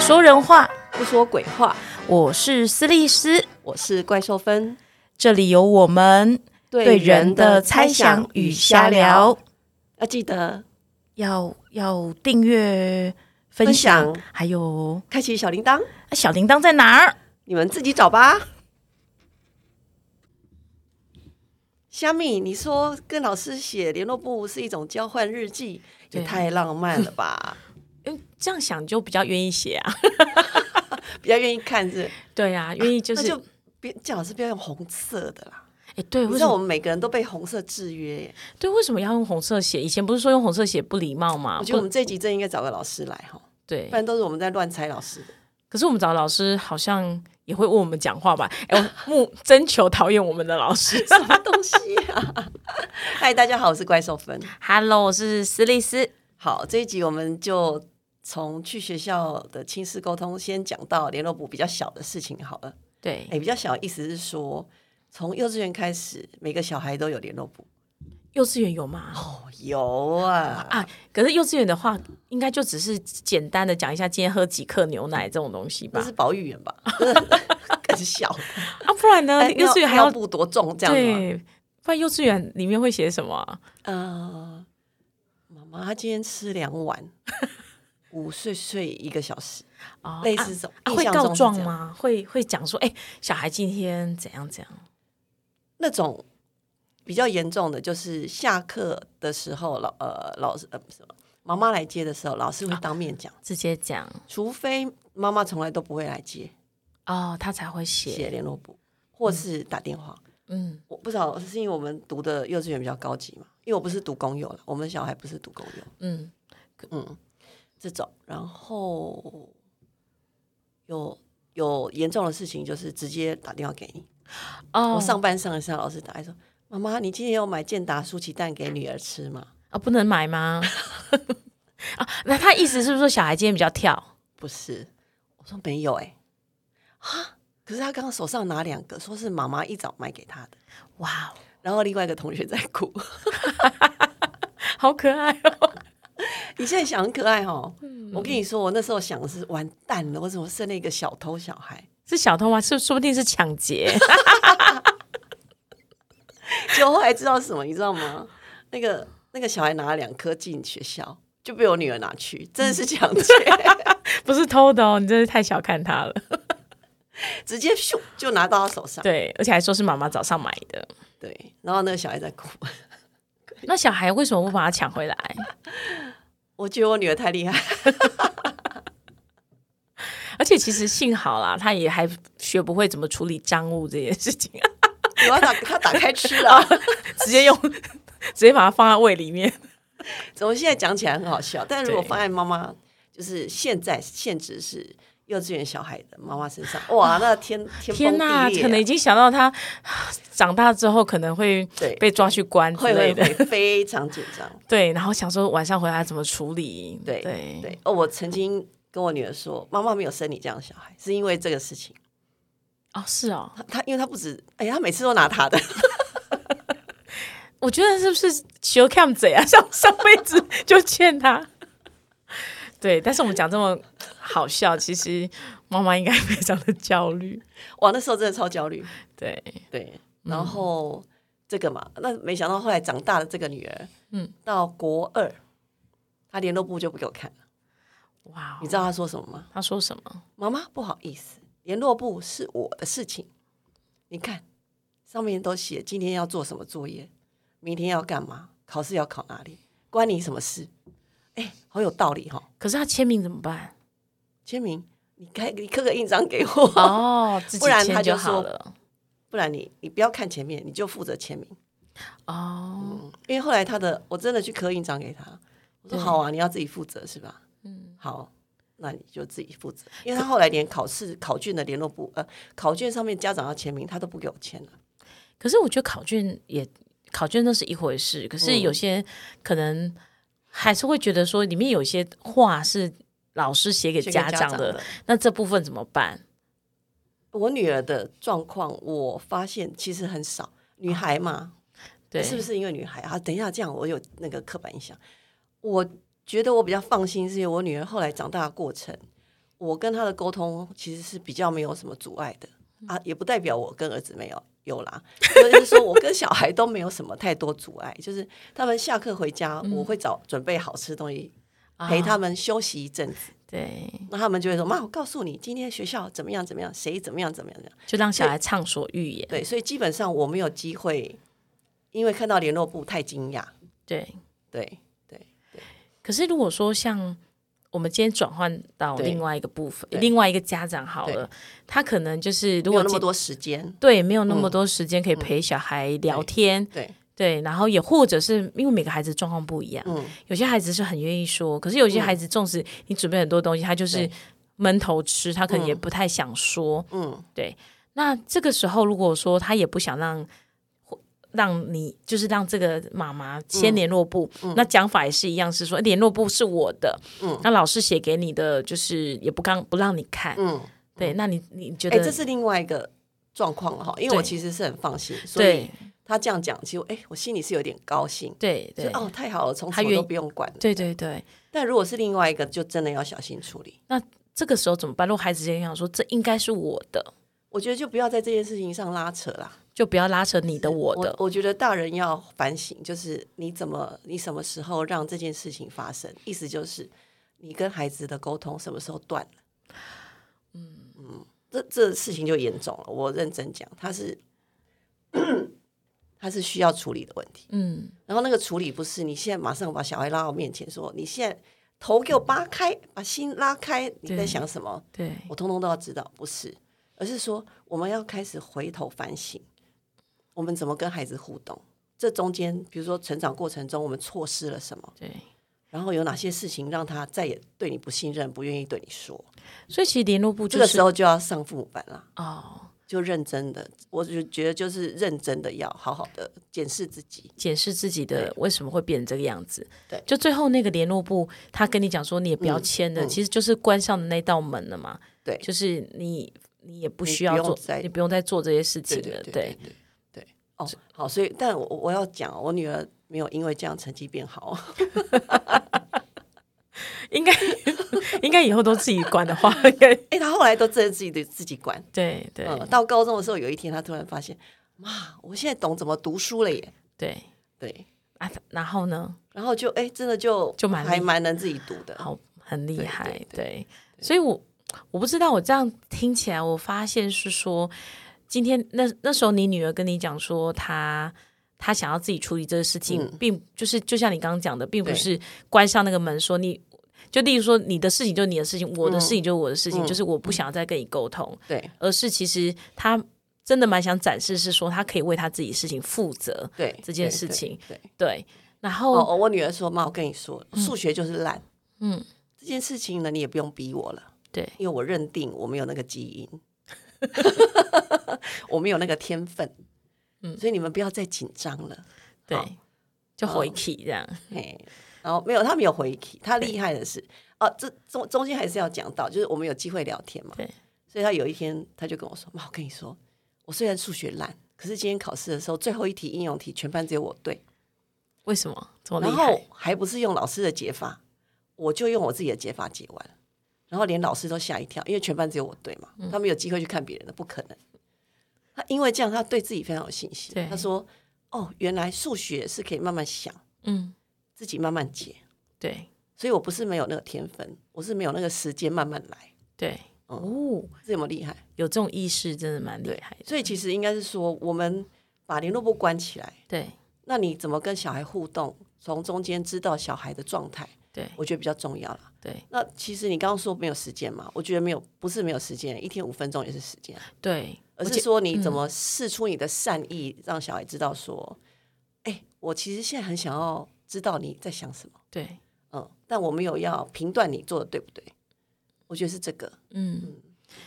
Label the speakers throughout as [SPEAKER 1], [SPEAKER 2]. [SPEAKER 1] 说人话，
[SPEAKER 2] 不说鬼话。
[SPEAKER 1] 我是斯利斯，
[SPEAKER 2] 我是怪兽芬，
[SPEAKER 1] 这里有我们对人的猜想与瞎聊，，
[SPEAKER 2] 要记得
[SPEAKER 1] 要要订阅、分
[SPEAKER 2] 分
[SPEAKER 1] 享，
[SPEAKER 2] 享
[SPEAKER 1] 还有
[SPEAKER 2] 开启小铃铛，
[SPEAKER 1] 啊小铃铛在哪儿？
[SPEAKER 2] 你们自己找吧。虾米，你说跟老师写联络簿是一种交换日记，也
[SPEAKER 1] 对
[SPEAKER 2] 太浪漫 了吧？
[SPEAKER 3] 嗯，这样想就比较愿意写啊。
[SPEAKER 2] 比较愿意看是，
[SPEAKER 3] 对啊，愿意就是
[SPEAKER 2] 那就别最好是不要用红色的啦。
[SPEAKER 3] 哎，对，
[SPEAKER 2] 你
[SPEAKER 3] 为
[SPEAKER 2] 知
[SPEAKER 3] 什
[SPEAKER 2] 道我
[SPEAKER 3] 么？
[SPEAKER 2] 们每个人都被红色制约耶，
[SPEAKER 3] 对，为什么要用红色写？以前不是说用红色写不礼貌吗？
[SPEAKER 2] 我觉得我
[SPEAKER 3] 啊不
[SPEAKER 2] 们这集真应该找个老师来哈，
[SPEAKER 3] 对
[SPEAKER 2] 不，然都是我们在乱猜老师的。
[SPEAKER 3] 可是我们找老师好像也会为我们讲话 吧？哎，我募征求讨厌我们的老师。
[SPEAKER 2] 什么东西啊？嗨，大家好，我是怪兽芬。
[SPEAKER 3] Hello，我是斯丽斯。
[SPEAKER 2] 好，这一集我们就从去学校的亲师沟通先讲到联络部比较小的事情好了。
[SPEAKER 3] 对，
[SPEAKER 2] 哎，比较小，意思是说从幼稚园开始，每个小孩都有联络部。
[SPEAKER 3] 幼稚园有吗？
[SPEAKER 2] 哦，有啊，
[SPEAKER 3] 啊，可是幼稚园的话，应该就只是简单的讲一下今天喝几克牛奶这种东西吧
[SPEAKER 2] 那是。保育员吧？ 更小，
[SPEAKER 3] 啊，不然呢？
[SPEAKER 2] 哎
[SPEAKER 3] 幼稚园
[SPEAKER 2] 尿
[SPEAKER 3] 还要
[SPEAKER 2] 尿布多重这样子吗？
[SPEAKER 3] 对，不然幼稚园里面会写什么啊？
[SPEAKER 2] 呃，妈妈她今天吃两碗，午睡睡一个小时，
[SPEAKER 3] 哦
[SPEAKER 2] 类
[SPEAKER 3] 啊
[SPEAKER 2] 似这种。
[SPEAKER 3] 啊，
[SPEAKER 2] 印
[SPEAKER 3] 会
[SPEAKER 2] 象中
[SPEAKER 3] 告
[SPEAKER 2] 是
[SPEAKER 3] 状
[SPEAKER 2] 这样？
[SPEAKER 3] 吗？会会讲说，哎、小孩今天怎样怎样？
[SPEAKER 2] 那种比较严重的，就是下课的时候，老呃老师呃不是妈妈来接的时候，老师会当面讲，
[SPEAKER 3] 直接讲
[SPEAKER 2] 除非妈妈从来都不会来接，
[SPEAKER 3] 哦，他才会写。
[SPEAKER 2] 写联络簿或是打电话。
[SPEAKER 3] 嗯，
[SPEAKER 2] 我不知道是因为我们读的幼稚园比较高级嘛，因为我不是读公幼了，我们小孩不是读公幼，
[SPEAKER 3] 嗯，
[SPEAKER 2] 嗯，这种，然后有有严重的事情就是直接打电话给你，
[SPEAKER 3] 哦，
[SPEAKER 2] 我上班上一上，老师打来说：“妈妈，你今天有买健达舒淇蛋给女儿吃吗
[SPEAKER 3] 哦，不能买 吗？啊，那他意思是不是说小孩今天比较跳？？”
[SPEAKER 2] 不是，我说没有哎、啊！可是他刚刚手上拿两个，说是妈妈一早买给他的，
[SPEAKER 3] 哇，
[SPEAKER 2] 然后另外一个同学在哭。
[SPEAKER 3] 好可爱哦！
[SPEAKER 2] 你现在想很可爱哦。我跟你说，我那时候想的是完蛋了，我怎么生了一个小偷小孩？
[SPEAKER 3] 是小偷吗？是说不定是抢劫。
[SPEAKER 2] 结果后来知道是什么，你知道吗？那个那个小孩拿了两颗进学校，就被我女儿拿去，真的是抢劫，
[SPEAKER 3] 不是偷的哦，你真是太小看他了。
[SPEAKER 2] 直接咻就拿到他手上。
[SPEAKER 3] 对，而且还说是妈妈早上买的。
[SPEAKER 2] 对，然后那个小孩在哭。
[SPEAKER 3] 那小孩为什么不把它抢回来？
[SPEAKER 2] 我觉得我女儿太厉害，
[SPEAKER 3] 而且其实幸好啦，他也还学不会怎么处理赃物这件事情，啊
[SPEAKER 2] 我要打她打开吃了。
[SPEAKER 3] 直接用直接把它放在胃里面。
[SPEAKER 2] 怎么现在讲起来很好笑？但如果
[SPEAKER 3] 对
[SPEAKER 2] 放在妈妈，就是现在现职是幼稚园小孩的妈妈身上，哇，那天天
[SPEAKER 3] 天
[SPEAKER 2] 呐，
[SPEAKER 3] 呐，可能已经想到他长大之后可能会
[SPEAKER 2] 对
[SPEAKER 3] 被抓去关之
[SPEAKER 2] 会
[SPEAKER 3] 类
[SPEAKER 2] 会
[SPEAKER 3] 的，
[SPEAKER 2] 会非常紧 张。
[SPEAKER 3] 对，然后想说晚上回来怎么处理，
[SPEAKER 2] 对
[SPEAKER 3] 对
[SPEAKER 2] 对，哦，我曾经跟我女儿说，妈妈没有生你这样的小孩，是因为这个事情。
[SPEAKER 3] 哦，是哦，
[SPEAKER 2] 她她因为她不止，哎呀，她每次都拿她的，
[SPEAKER 3] 我觉得是不是求 cam 嘴啊， 上上辈子就欠他。 对，但是我们讲这么好笑，其实妈妈应该非常的焦虑。
[SPEAKER 2] 哇，那时候真的超焦虑。
[SPEAKER 3] 对，
[SPEAKER 2] 对，
[SPEAKER 3] 嗯
[SPEAKER 2] 然后、这个嘛，那没想到后来长大的这个女儿，嗯
[SPEAKER 3] 嗯，
[SPEAKER 2] 到国二，她联络部就不给我看了。
[SPEAKER 3] 哇哦
[SPEAKER 2] 你，知道她说什么吗？
[SPEAKER 3] 他说什么？
[SPEAKER 2] 妈妈，不好意思，联络簿是我的事情。你看，上面都写今天要做什么作业，明天要干嘛，考试要考哪里，关你什么事？哎，好有道理哈、哦！
[SPEAKER 3] 可是他签名怎么 办？
[SPEAKER 2] 签名，你开你刻个印章给我，
[SPEAKER 3] 哦，自
[SPEAKER 2] 不
[SPEAKER 3] 己
[SPEAKER 2] 然他
[SPEAKER 3] 签
[SPEAKER 2] 就
[SPEAKER 3] 好
[SPEAKER 2] 说
[SPEAKER 3] 了。
[SPEAKER 2] 不然你你不要看前面，你就负责签名。
[SPEAKER 3] 哦，
[SPEAKER 2] 嗯，因为后来他的我真的去刻印章给他，我说好啊，你要自己负责是吧？嗯，好。那你就自己负责，因为他后来连考试考卷的联络簿，呃，考卷上面家长要签名，他都不给我签了。
[SPEAKER 3] 可是我觉得考卷也考卷那是一回事，可是有些
[SPEAKER 2] 嗯
[SPEAKER 3] 可能还是会觉得说里面有些话是老师写给
[SPEAKER 2] 写给
[SPEAKER 3] 家长的，
[SPEAKER 2] 的
[SPEAKER 3] 那这部分怎么办？
[SPEAKER 2] 我女儿的状况，我发现其实很少。女孩嘛，
[SPEAKER 3] 啊对，
[SPEAKER 2] 是不？是因为女孩啊？等一下，这样我有那个刻板印象。我觉得我比较放心，是因为我女儿后来长大的过程，我跟他的沟通其实是比较没有什么阻碍的
[SPEAKER 3] 嗯
[SPEAKER 2] 啊，也不代表我跟儿子没有有啦，就是说我跟小孩都没有什么太多阻碍，就是他们下课回家，
[SPEAKER 3] 嗯
[SPEAKER 2] 我会找准备好吃的东西陪他们休息一阵子，
[SPEAKER 3] 啊对，
[SPEAKER 2] 那他们就会说妈，我告诉你今天学校怎么样怎么样，谁怎么样怎么样怎么样，
[SPEAKER 3] 就让小孩畅所欲言。
[SPEAKER 2] 对，所以基本上我没有机会，因为看到联络部太惊讶，
[SPEAKER 3] 对，
[SPEAKER 2] 对
[SPEAKER 3] 可是如果说像我们今天转换到
[SPEAKER 2] 对
[SPEAKER 3] 另外一个部分，
[SPEAKER 2] 对
[SPEAKER 3] 另外一个家长好了，他可能就是如
[SPEAKER 2] 没有
[SPEAKER 3] 果
[SPEAKER 2] 那么
[SPEAKER 3] 今
[SPEAKER 2] 多时间，嗯
[SPEAKER 3] 对没有那么多时间可以陪小孩聊天，
[SPEAKER 2] 对，
[SPEAKER 3] 对，然后也或者是因为每个孩子状况不一样，
[SPEAKER 2] 嗯，
[SPEAKER 3] 有些孩子是很愿意说，可是有些孩子纵使你准备很多东西，他就是
[SPEAKER 2] 对
[SPEAKER 3] 闷头吃，他可能也不太想说。
[SPEAKER 2] 嗯，
[SPEAKER 3] 对，那这个时候如果说他也不想让让你，就是让这个妈妈
[SPEAKER 2] 嗯
[SPEAKER 3] 签联络簿，那讲法也是一样，是说哎联络簿是我的，
[SPEAKER 2] 嗯
[SPEAKER 3] 那老师写给你的就是也不刚不让你看，
[SPEAKER 2] 嗯，
[SPEAKER 3] 对，那你你觉
[SPEAKER 2] 哎、
[SPEAKER 3] 得、
[SPEAKER 2] 这是另外一个状况了哈，因为
[SPEAKER 3] 对
[SPEAKER 2] 我其实是很放心，所以
[SPEAKER 3] 对
[SPEAKER 2] 他这样讲，其实哎、我心里是有点高兴，
[SPEAKER 3] 对
[SPEAKER 2] 就
[SPEAKER 3] 对
[SPEAKER 2] 哦，太好了，从
[SPEAKER 3] 他
[SPEAKER 2] 此
[SPEAKER 3] 愿
[SPEAKER 2] 我
[SPEAKER 3] 意
[SPEAKER 2] 都不用管了。
[SPEAKER 3] 对对对，
[SPEAKER 2] 但如果是另外一个，就真的要小心处理。
[SPEAKER 3] 这个时候怎么办？如果孩子也想说这应该是我的，
[SPEAKER 2] 我觉得就不要在这件事情上拉扯啦。
[SPEAKER 3] 就不要拉扯你的我的，
[SPEAKER 2] 我我觉得大人要反省，就是你怎么，你什么时候让这件事情发生？意思就是你跟孩子的沟通什么时候断了？嗯嗯，这这事情就严重了。我认真讲，它是它是需要处理的问题。
[SPEAKER 3] 嗯，
[SPEAKER 2] 然后那个处理不是你现在马上把小孩拉到面前说，你现在头给我扒开，把心拉开，你在
[SPEAKER 3] 对
[SPEAKER 2] 想什么？
[SPEAKER 3] 对
[SPEAKER 2] 我通通都要知道，不是，而是说我们要开始回头反省，我们怎么跟孩子互动？这中间，比如说成长过程中，我们错失了什么？
[SPEAKER 3] 对。
[SPEAKER 2] 然后有哪些事情让他再也对你不信任，不愿意对你说？
[SPEAKER 3] 所以其实联络部
[SPEAKER 2] 这
[SPEAKER 3] 就
[SPEAKER 2] 个
[SPEAKER 3] 是
[SPEAKER 2] 时候就要上父母班啦，
[SPEAKER 3] 哦，
[SPEAKER 2] 就认真的，我就觉得就是认真的要好好的检视自己。
[SPEAKER 3] 检视自己的为什么会变成这个样子。
[SPEAKER 2] 对
[SPEAKER 3] 就最后那个联络部，他跟你讲说你也不要签了，
[SPEAKER 2] 嗯嗯
[SPEAKER 3] 其实就是关上的那道门了嘛。
[SPEAKER 2] 对
[SPEAKER 3] 就是你你也不需
[SPEAKER 2] 你
[SPEAKER 3] 要
[SPEAKER 2] 不用
[SPEAKER 3] 做，
[SPEAKER 2] 再
[SPEAKER 3] 你不用再做这些事情
[SPEAKER 2] 对
[SPEAKER 3] 了。
[SPEAKER 2] 对对对对对。哦，好，所以但我我要讲哦，我女儿没有因为这样成绩变好哦，
[SPEAKER 3] 应该应该以后都自己管的话，应该
[SPEAKER 2] 哎，她后来都自己自己的自己管，
[SPEAKER 3] 对对、
[SPEAKER 2] 嗯，到高中的时候，有一天他突然发现，妈，我现在懂怎么读书了耶。
[SPEAKER 3] 对
[SPEAKER 2] 对，
[SPEAKER 3] 啊，然后呢，
[SPEAKER 2] 然后就哎，真的就
[SPEAKER 3] 就蛮厉
[SPEAKER 2] 还蛮能自己读的。
[SPEAKER 3] 好很厉
[SPEAKER 2] 对
[SPEAKER 3] 害，
[SPEAKER 2] 对对
[SPEAKER 3] 所以我我不知道，我这样听起来，我发现是说，今天那那时候你女儿跟你讲说她。她想要自己处理这个事情，
[SPEAKER 2] 嗯
[SPEAKER 3] 并就是就像你刚刚讲的，并不
[SPEAKER 2] 对
[SPEAKER 3] 是关上那个门说你，就例如说你的事情就是你的事情，我的
[SPEAKER 2] 嗯
[SPEAKER 3] 事情就是我的事情，
[SPEAKER 2] 嗯
[SPEAKER 3] 就是我不想再跟你沟通，
[SPEAKER 2] 对
[SPEAKER 3] 而是其实她真的蛮想展示，是说她可以为她自己事情负责
[SPEAKER 2] 对，
[SPEAKER 3] 这件
[SPEAKER 2] 对
[SPEAKER 3] 事
[SPEAKER 2] 对
[SPEAKER 3] 情。
[SPEAKER 2] 对，
[SPEAKER 3] 对，然
[SPEAKER 2] 哦，
[SPEAKER 3] 后
[SPEAKER 2] 哦我女儿说，妈，我跟你说，数学就是烂。
[SPEAKER 3] 嗯，
[SPEAKER 2] 这件事情呢，你也不用逼我了，
[SPEAKER 3] 对
[SPEAKER 2] 因为我认定我没有那个基 因，我没有那个天分。
[SPEAKER 3] 嗯
[SPEAKER 2] 所以你们不要再紧张了。
[SPEAKER 3] 对
[SPEAKER 2] 好，
[SPEAKER 3] 就回
[SPEAKER 2] 哦
[SPEAKER 3] 气这样。
[SPEAKER 2] 嘿，然后没有，他没有回题，他厉害的是，哦、这中中间还是要讲到，就是我们有机会聊天嘛，
[SPEAKER 3] 对，
[SPEAKER 2] 所以他有一天他就跟我说：“妈，我跟你说，我虽然数学烂，可是今天考试的时候最后一题应用题全班只有我对，
[SPEAKER 3] 为什么这么
[SPEAKER 2] 然
[SPEAKER 3] 厉害？
[SPEAKER 2] 后还不是用老师的解法，我就用我自己的解法解完，然后连老师都吓一跳，因为全班只有我对嘛，
[SPEAKER 3] 嗯
[SPEAKER 2] 他们有机会去看别人的，不可能。他因为这样，他对自己非常有信心
[SPEAKER 3] 对。
[SPEAKER 2] 他说：“哦，原来数学是可以慢慢想，
[SPEAKER 3] 嗯，
[SPEAKER 2] 自己慢慢解。”
[SPEAKER 3] 对
[SPEAKER 2] 所以我不是没有那个天分，我是没有那个时间慢慢来，
[SPEAKER 3] 对，
[SPEAKER 2] 嗯
[SPEAKER 3] 哦，
[SPEAKER 2] 这么厉害。
[SPEAKER 3] 有这种意识真的蛮厉
[SPEAKER 2] 对
[SPEAKER 3] 害的。，
[SPEAKER 2] 所以其实应该是说，我们把联络部关起来，
[SPEAKER 3] 对
[SPEAKER 2] 那你怎么跟小孩互动，从中间知道小孩的状态，
[SPEAKER 3] 对
[SPEAKER 2] 我觉得比较重要了。
[SPEAKER 3] 对
[SPEAKER 2] 那其实你刚刚说没有时间嘛，我觉得没有，不是没有时间，一天五分钟也是时间，
[SPEAKER 3] 对，我
[SPEAKER 2] 而是
[SPEAKER 3] 记
[SPEAKER 2] 说你怎么试出你的善意，让小孩知道说，哎、我其实现在很想要知道你在想什么，
[SPEAKER 3] 对，
[SPEAKER 2] 嗯，但我没有要评断你做的对不对，我觉得是这个，
[SPEAKER 3] 嗯，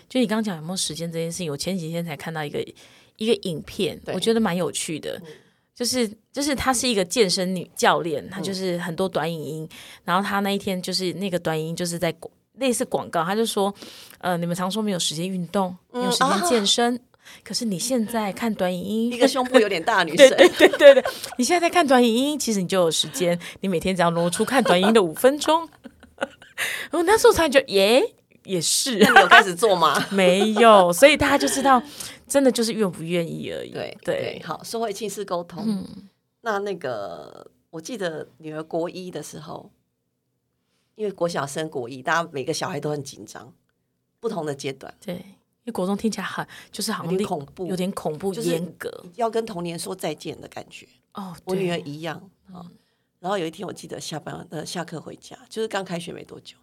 [SPEAKER 3] 就你刚刚讲有没有时间这件事情，我前几天才看到一个一个影片，
[SPEAKER 2] 对
[SPEAKER 3] 我觉得蛮有趣的。
[SPEAKER 2] 嗯
[SPEAKER 3] 就是就是她是一个健身女教练，
[SPEAKER 2] 嗯
[SPEAKER 3] 她就是很多短影音，然后她那一天就是那个短影音就是在广类似广告，她就说，呃，你们常说没有时间运动，没有时间
[SPEAKER 2] 啊
[SPEAKER 3] 健身，可是你现在看短影音，
[SPEAKER 2] 一个胸部有点大的女生，
[SPEAKER 3] 对对对，你现在在看短影音，其实你就有时间， 你每天只要挪出看短影音的五分钟。我那时候才觉得，耶，也是
[SPEAKER 2] 那你有开始做吗？
[SPEAKER 3] 没有，所以大家就知道，真的就是愿不愿意而已。
[SPEAKER 2] 对
[SPEAKER 3] 对，嗯
[SPEAKER 2] 好，说回亲子沟通。那那个，我记得女儿国一的时候，因为国小升国一，大家每个小孩都很紧张，不同的阶段
[SPEAKER 3] 对，因为国中听起来很就是好像
[SPEAKER 2] 有点
[SPEAKER 3] 令
[SPEAKER 2] 恐怖
[SPEAKER 3] 有点恐怖、
[SPEAKER 2] 就是
[SPEAKER 3] 严格
[SPEAKER 2] 要跟童年说再见的感觉。
[SPEAKER 3] 哦。
[SPEAKER 2] 我
[SPEAKER 3] 对嗯
[SPEAKER 2] 女儿一样啊、然后有一天，我记得下班呃下课回家，就是刚开学没多久，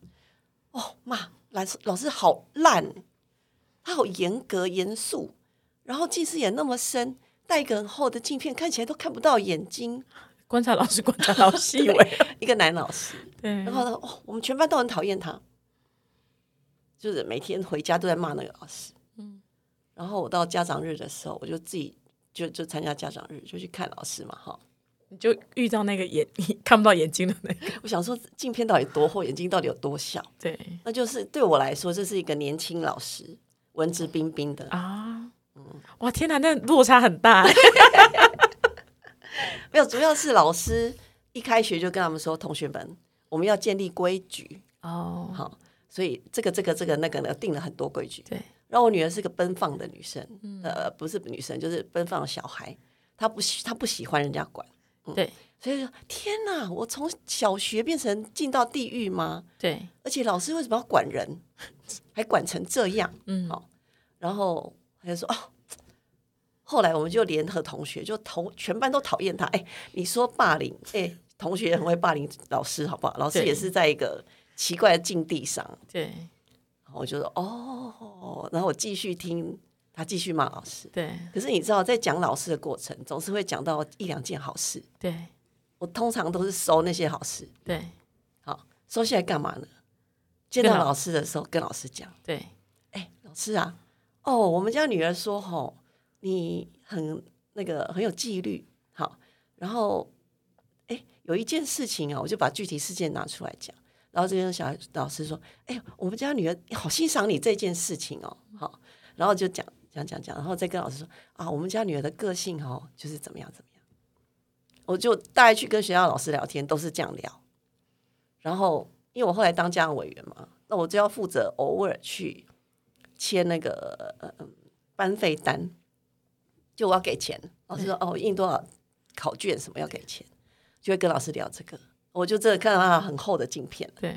[SPEAKER 2] 哦妈，老师老师好烂，他好严格严肃，然后近视眼那么深，戴一个很厚的镜片，看起来都看不到眼睛。
[SPEAKER 3] 观察老师，观察老师以为嗯
[SPEAKER 2] 一个男老师，
[SPEAKER 3] 对
[SPEAKER 2] 然后呢，哦，我们全班都很讨厌他，就是每天回家都在骂那个老师。
[SPEAKER 3] 嗯
[SPEAKER 2] 然后我到家长日的时候，我就自己就就参加家长日，就去看老师嘛，哈。
[SPEAKER 3] 你就遇到那个眼看不到眼睛的那 个，
[SPEAKER 2] 我想说镜片到底多厚，眼睛到底有多小？
[SPEAKER 3] 对
[SPEAKER 2] 那就是对我来说，这是一个年轻老师，文质彬彬的。
[SPEAKER 3] 啊，哇天哪，那落差很 大。
[SPEAKER 2] 没有，主要是老师一开学就跟他们说，同学们，我们要建立规矩，
[SPEAKER 3] 哦，
[SPEAKER 2] 好，所以这个这个这个那个呢，定了很多规矩。
[SPEAKER 3] 对，
[SPEAKER 2] 然后我女儿是个奔放的女生，呃，不是女生，就是奔放的小孩，她不喜她不喜欢人家管，
[SPEAKER 3] 对
[SPEAKER 2] 所以就天哪，我从小学变成进到地狱吗？
[SPEAKER 3] 对，
[SPEAKER 2] 而且老师为什么要管人， 还管成这样？
[SPEAKER 3] 嗯
[SPEAKER 2] 好、然后他就说哦，后来我们就联合同学，就同全班都讨厌他。哎，你说霸凌，哎，同学也很会霸凌老师，好不好？老师
[SPEAKER 3] 对
[SPEAKER 2] 也是在一个奇怪的境地上。
[SPEAKER 3] 对
[SPEAKER 2] 然后我就说哦，然后我继续听他继续骂老师。
[SPEAKER 3] 对
[SPEAKER 2] 可是你知道，在讲老师的过程，总是会讲到一两件好事。
[SPEAKER 3] 对
[SPEAKER 2] 我通常都是收那些好事，
[SPEAKER 3] 对
[SPEAKER 2] 好收下来干嘛呢？见
[SPEAKER 3] 跟
[SPEAKER 2] 到
[SPEAKER 3] 老
[SPEAKER 2] 老师的时候，跟老师讲。
[SPEAKER 3] 对，
[SPEAKER 2] 哎，老师啊，哦，我们家女儿说吼，你很那个很有纪律，好，然后哎，有一件事情啊，我就把具体事件拿出来讲，然后这个小孩老师说，哎，我们家女儿好欣赏你这件事情哦，好，然后就讲讲讲讲，然后再跟老师说啊，我们家女儿的个性哦，就是怎么样怎么样，我就大概去跟学校老师聊天，都是这样聊，然后因为我后来当家长委员嘛，那我就要负责偶尔去。签那个呃嗯班费单，就我要给钱。老师说哦，印多少考卷什么要给钱，就会跟老师聊这个。我就真的看到他很厚的镜片，
[SPEAKER 3] 对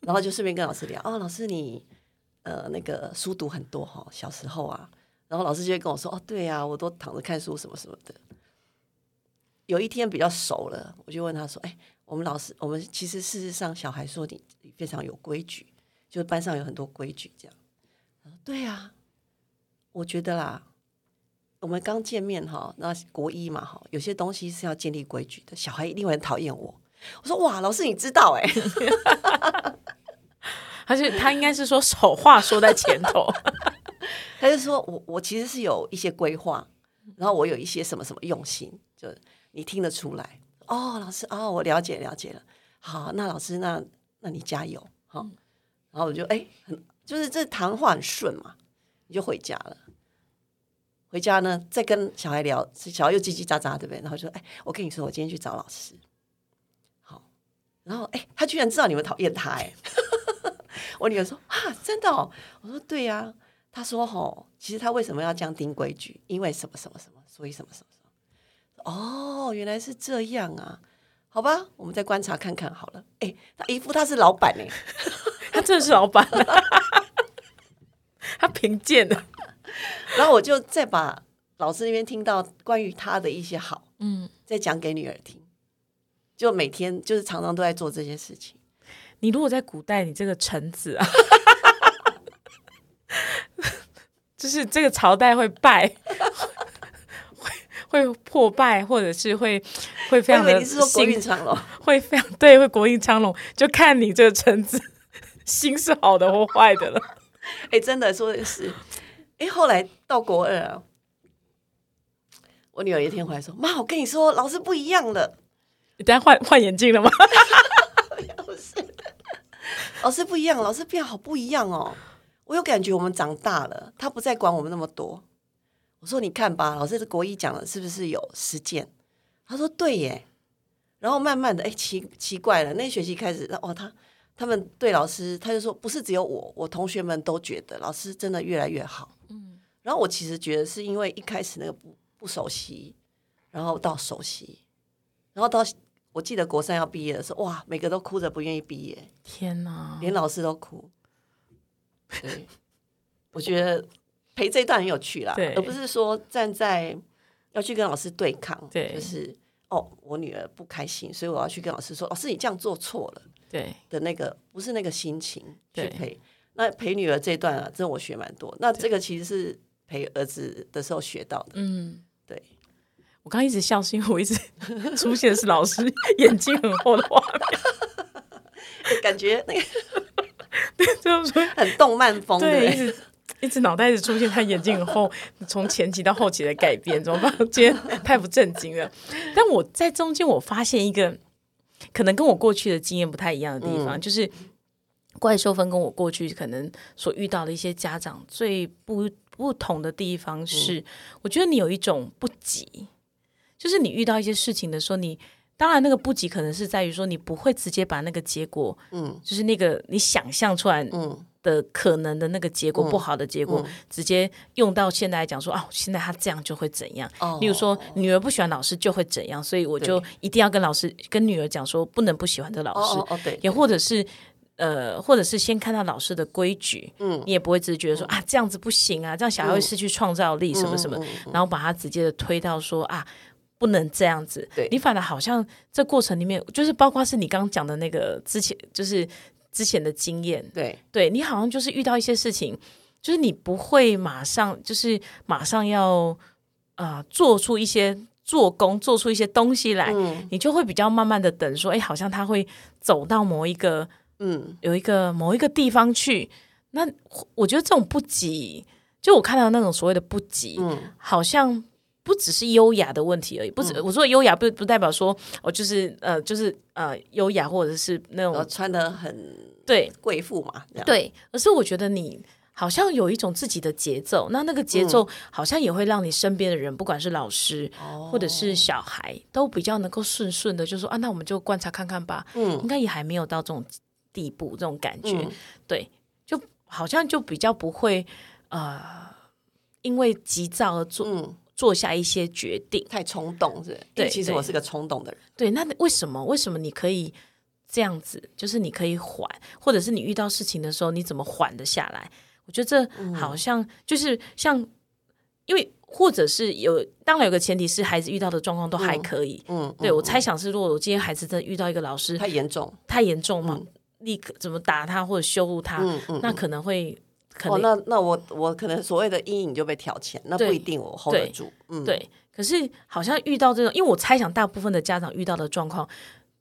[SPEAKER 2] 然后就顺便跟老师聊哦，老师你呃那个书读很多哈、小时候啊，然后老师就会跟我说哦，对啊，我都躺着看书什么什么的。有一天比较熟了，我就问他说：“哎，我们老师，我们其实事实上小孩说你非常有规矩，就是班上有很多规矩这样。”他说：“对啊，我觉得啦，我们刚见面哈，那国一嘛哈，有些东西是要建立规矩的，小孩一定会很讨厌我。”我说：“哇，老师你知道哎、
[SPEAKER 3] 而且他应该是说丑话说在前头，
[SPEAKER 2] 他就说我我其实是有一些规划，然后我有一些什么什么用心，就你听得出来哦，老师哦，我了解了解了，好，那老师那那你加油好、然后我就哎，很就是这谈话很顺嘛，你就回家了。回家呢，再跟小孩聊，小孩又叽叽喳喳，对不对？然后就说：“哎，我跟你说，我今天去找老师。”好，然后哎，他居然知道你们讨厌他，哎，我女儿说：“啊，真的、哦？”我说：“对呀、他说：“吼，其实他为什么要这样定规矩？因为什么什么什么，所以什么什么什么。哦，原来是这样啊，好吧，我们再观察看看好了。哎，他一副他是老板呢、欸
[SPEAKER 3] 他真的是老板、他贫贱的，
[SPEAKER 2] 然后我就再把老师那边听到关于他的一些好，
[SPEAKER 3] 嗯，
[SPEAKER 2] 再讲给女儿听。就每天就是常常都在做这些事情。
[SPEAKER 3] 你如果在古代，你这个臣子啊， 就是这个朝代会败，会会破败，或者是会会非
[SPEAKER 2] 我以
[SPEAKER 3] 常
[SPEAKER 2] 为
[SPEAKER 3] 的
[SPEAKER 2] 你是说国
[SPEAKER 3] 兴
[SPEAKER 2] 运长哦龙，
[SPEAKER 3] 会非常对，会国运昌隆，就看你这个臣子心是好的或坏的了。
[SPEAKER 2] 哎，真的说的是。哎，后来到国二啊，我女儿有一天回来说：“妈，我跟你说，老师不一样了。”
[SPEAKER 3] 你等一下换换眼镜了吗？
[SPEAKER 2] 老师不一样，老师变好不一样哦。我有感觉我们长大了，他不再管我们那么多。我说你看吧，老师的国一讲的是不是有实践？他说对耶。然后慢慢的，哎，奇奇怪了，那学期开始，哦，他他们对老师，他就说不是只有我，我同学们都觉得老师真的越来越好。嗯，然后我其实觉得是因为一开始那个不不熟悉，然后到熟悉，然后到我记得国三要毕业的时候，哇，每个都哭着不愿意毕业，
[SPEAKER 3] 天哪！
[SPEAKER 2] 连老师都哭。对，我觉得陪这一段很有趣啦
[SPEAKER 3] 对，
[SPEAKER 2] 而不是说站在要去跟老师对抗，
[SPEAKER 3] 对
[SPEAKER 2] 就是哦，我女儿不开心，所以我要去跟老师说，老哦师你这样做错了。
[SPEAKER 3] 对
[SPEAKER 2] 的那个，不是那个心情去
[SPEAKER 3] 对
[SPEAKER 2] 陪。那陪女儿这一段啊，真的我学蛮多。那这个其实是陪儿子的时候学到的。
[SPEAKER 3] 嗯，
[SPEAKER 2] 对，
[SPEAKER 3] 我刚刚一直笑是因为我一直 出现的是老师 眼睛很厚的画面，
[SPEAKER 2] 感觉那个
[SPEAKER 3] 就是说
[SPEAKER 2] 很动漫风的
[SPEAKER 3] 对，一
[SPEAKER 2] 欸，
[SPEAKER 3] 直 一直脑袋一直出现他眼睛很厚，从前期到后期的改变，怎么办？ 今天太不正经了。但我在中间我发现一个可能跟我过去的经验不太一样的地方，就是怪兽分跟我过去可能所遇到的一些家长最不不同的地方是，我觉得你有一种不急，就是你遇到一些事情的时候，你。当然，那个不急可能是在于说你不会直接把那个结果，
[SPEAKER 2] 嗯
[SPEAKER 3] 就是那个你想象出来
[SPEAKER 2] 嗯，
[SPEAKER 3] 的可能的那个结果，
[SPEAKER 2] 嗯
[SPEAKER 3] 不好的结果，直接用到现在来讲说啊，现在他这样就会怎样。
[SPEAKER 2] 哦
[SPEAKER 3] 例如说，女儿不喜欢老师就会怎样，所以我就
[SPEAKER 2] 对
[SPEAKER 3] 一定要跟老师、跟女儿讲说，不能不喜欢这老
[SPEAKER 2] 哦
[SPEAKER 3] 师，
[SPEAKER 2] 哦哦，对，
[SPEAKER 3] 也或者是呃，或者是先看到老师的规矩，
[SPEAKER 2] 嗯
[SPEAKER 3] 你也不会直觉得说啊，这样子不行啊，这样小孩会失去创造力什么什么，
[SPEAKER 2] 嗯嗯嗯
[SPEAKER 3] 然后把他直接的推到说啊。不能这样子
[SPEAKER 2] 对，
[SPEAKER 3] 你反而好像这过程里面，就是包括是你刚刚讲的那个之前，就是之前的经验，
[SPEAKER 2] 对，
[SPEAKER 3] 对你好像就是遇到一些事情，就是你不会马上就是马上要呃做出一些做工，做出一些东西来，
[SPEAKER 2] 嗯
[SPEAKER 3] 你就会比较慢慢的等说，哎，好像他会走到某一个
[SPEAKER 2] 嗯，
[SPEAKER 3] 有一个某一个地方去。那我觉得这种不急，就我看到那种所谓的不急，
[SPEAKER 2] 嗯
[SPEAKER 3] 好像。不只是优雅的问题而已，不止、我说的优雅不不代表说哦，就是呃，就是呃，优雅或者是那
[SPEAKER 2] 然后
[SPEAKER 3] 种
[SPEAKER 2] 穿的很
[SPEAKER 3] 对，
[SPEAKER 2] 贵妇嘛，这样，
[SPEAKER 3] 对，而是我觉得你好像有一种自己的节奏，那那个节奏好像也会让你身边的人，不管是老师
[SPEAKER 2] 哦
[SPEAKER 3] 或者是小孩，都比较能够顺顺的，就说啊，那我们就观察看看吧，
[SPEAKER 2] 嗯
[SPEAKER 3] 应该也还没有到这种地步，这种感觉，
[SPEAKER 2] 嗯
[SPEAKER 3] 对，就好像就比较不会呃，因为急躁而做、
[SPEAKER 2] 嗯，
[SPEAKER 3] 做下一些决定。
[SPEAKER 2] 太冲动是不是，因为
[SPEAKER 3] 对
[SPEAKER 2] 其实
[SPEAKER 3] 对
[SPEAKER 2] 我是个冲动的人，
[SPEAKER 3] 对，那为什么？为什么你可以这样子？就是你可以缓，或者是你遇到事情的时候，你怎么缓得下来？我觉得
[SPEAKER 2] 嗯
[SPEAKER 3] 这好像就是像，因为或者是有，当然有个前提是孩子遇到的状况都还可以。
[SPEAKER 2] 嗯，
[SPEAKER 3] 对
[SPEAKER 2] 嗯
[SPEAKER 3] 我猜想是，如果我今天孩子真的遇到一个老师
[SPEAKER 2] 太严重，
[SPEAKER 3] 太严重嘛，立刻怎么打他或者羞辱他，
[SPEAKER 2] 嗯嗯，
[SPEAKER 3] 那可能会可
[SPEAKER 2] 哦，
[SPEAKER 3] 能、
[SPEAKER 2] 那那我我可能所谓的阴影就被挑起来，那不
[SPEAKER 3] 对
[SPEAKER 2] 一定我 hold 得
[SPEAKER 3] 对
[SPEAKER 2] 住，嗯，
[SPEAKER 3] 对。可是好像遇到这种，因为我猜想大部分的家长遇到的状况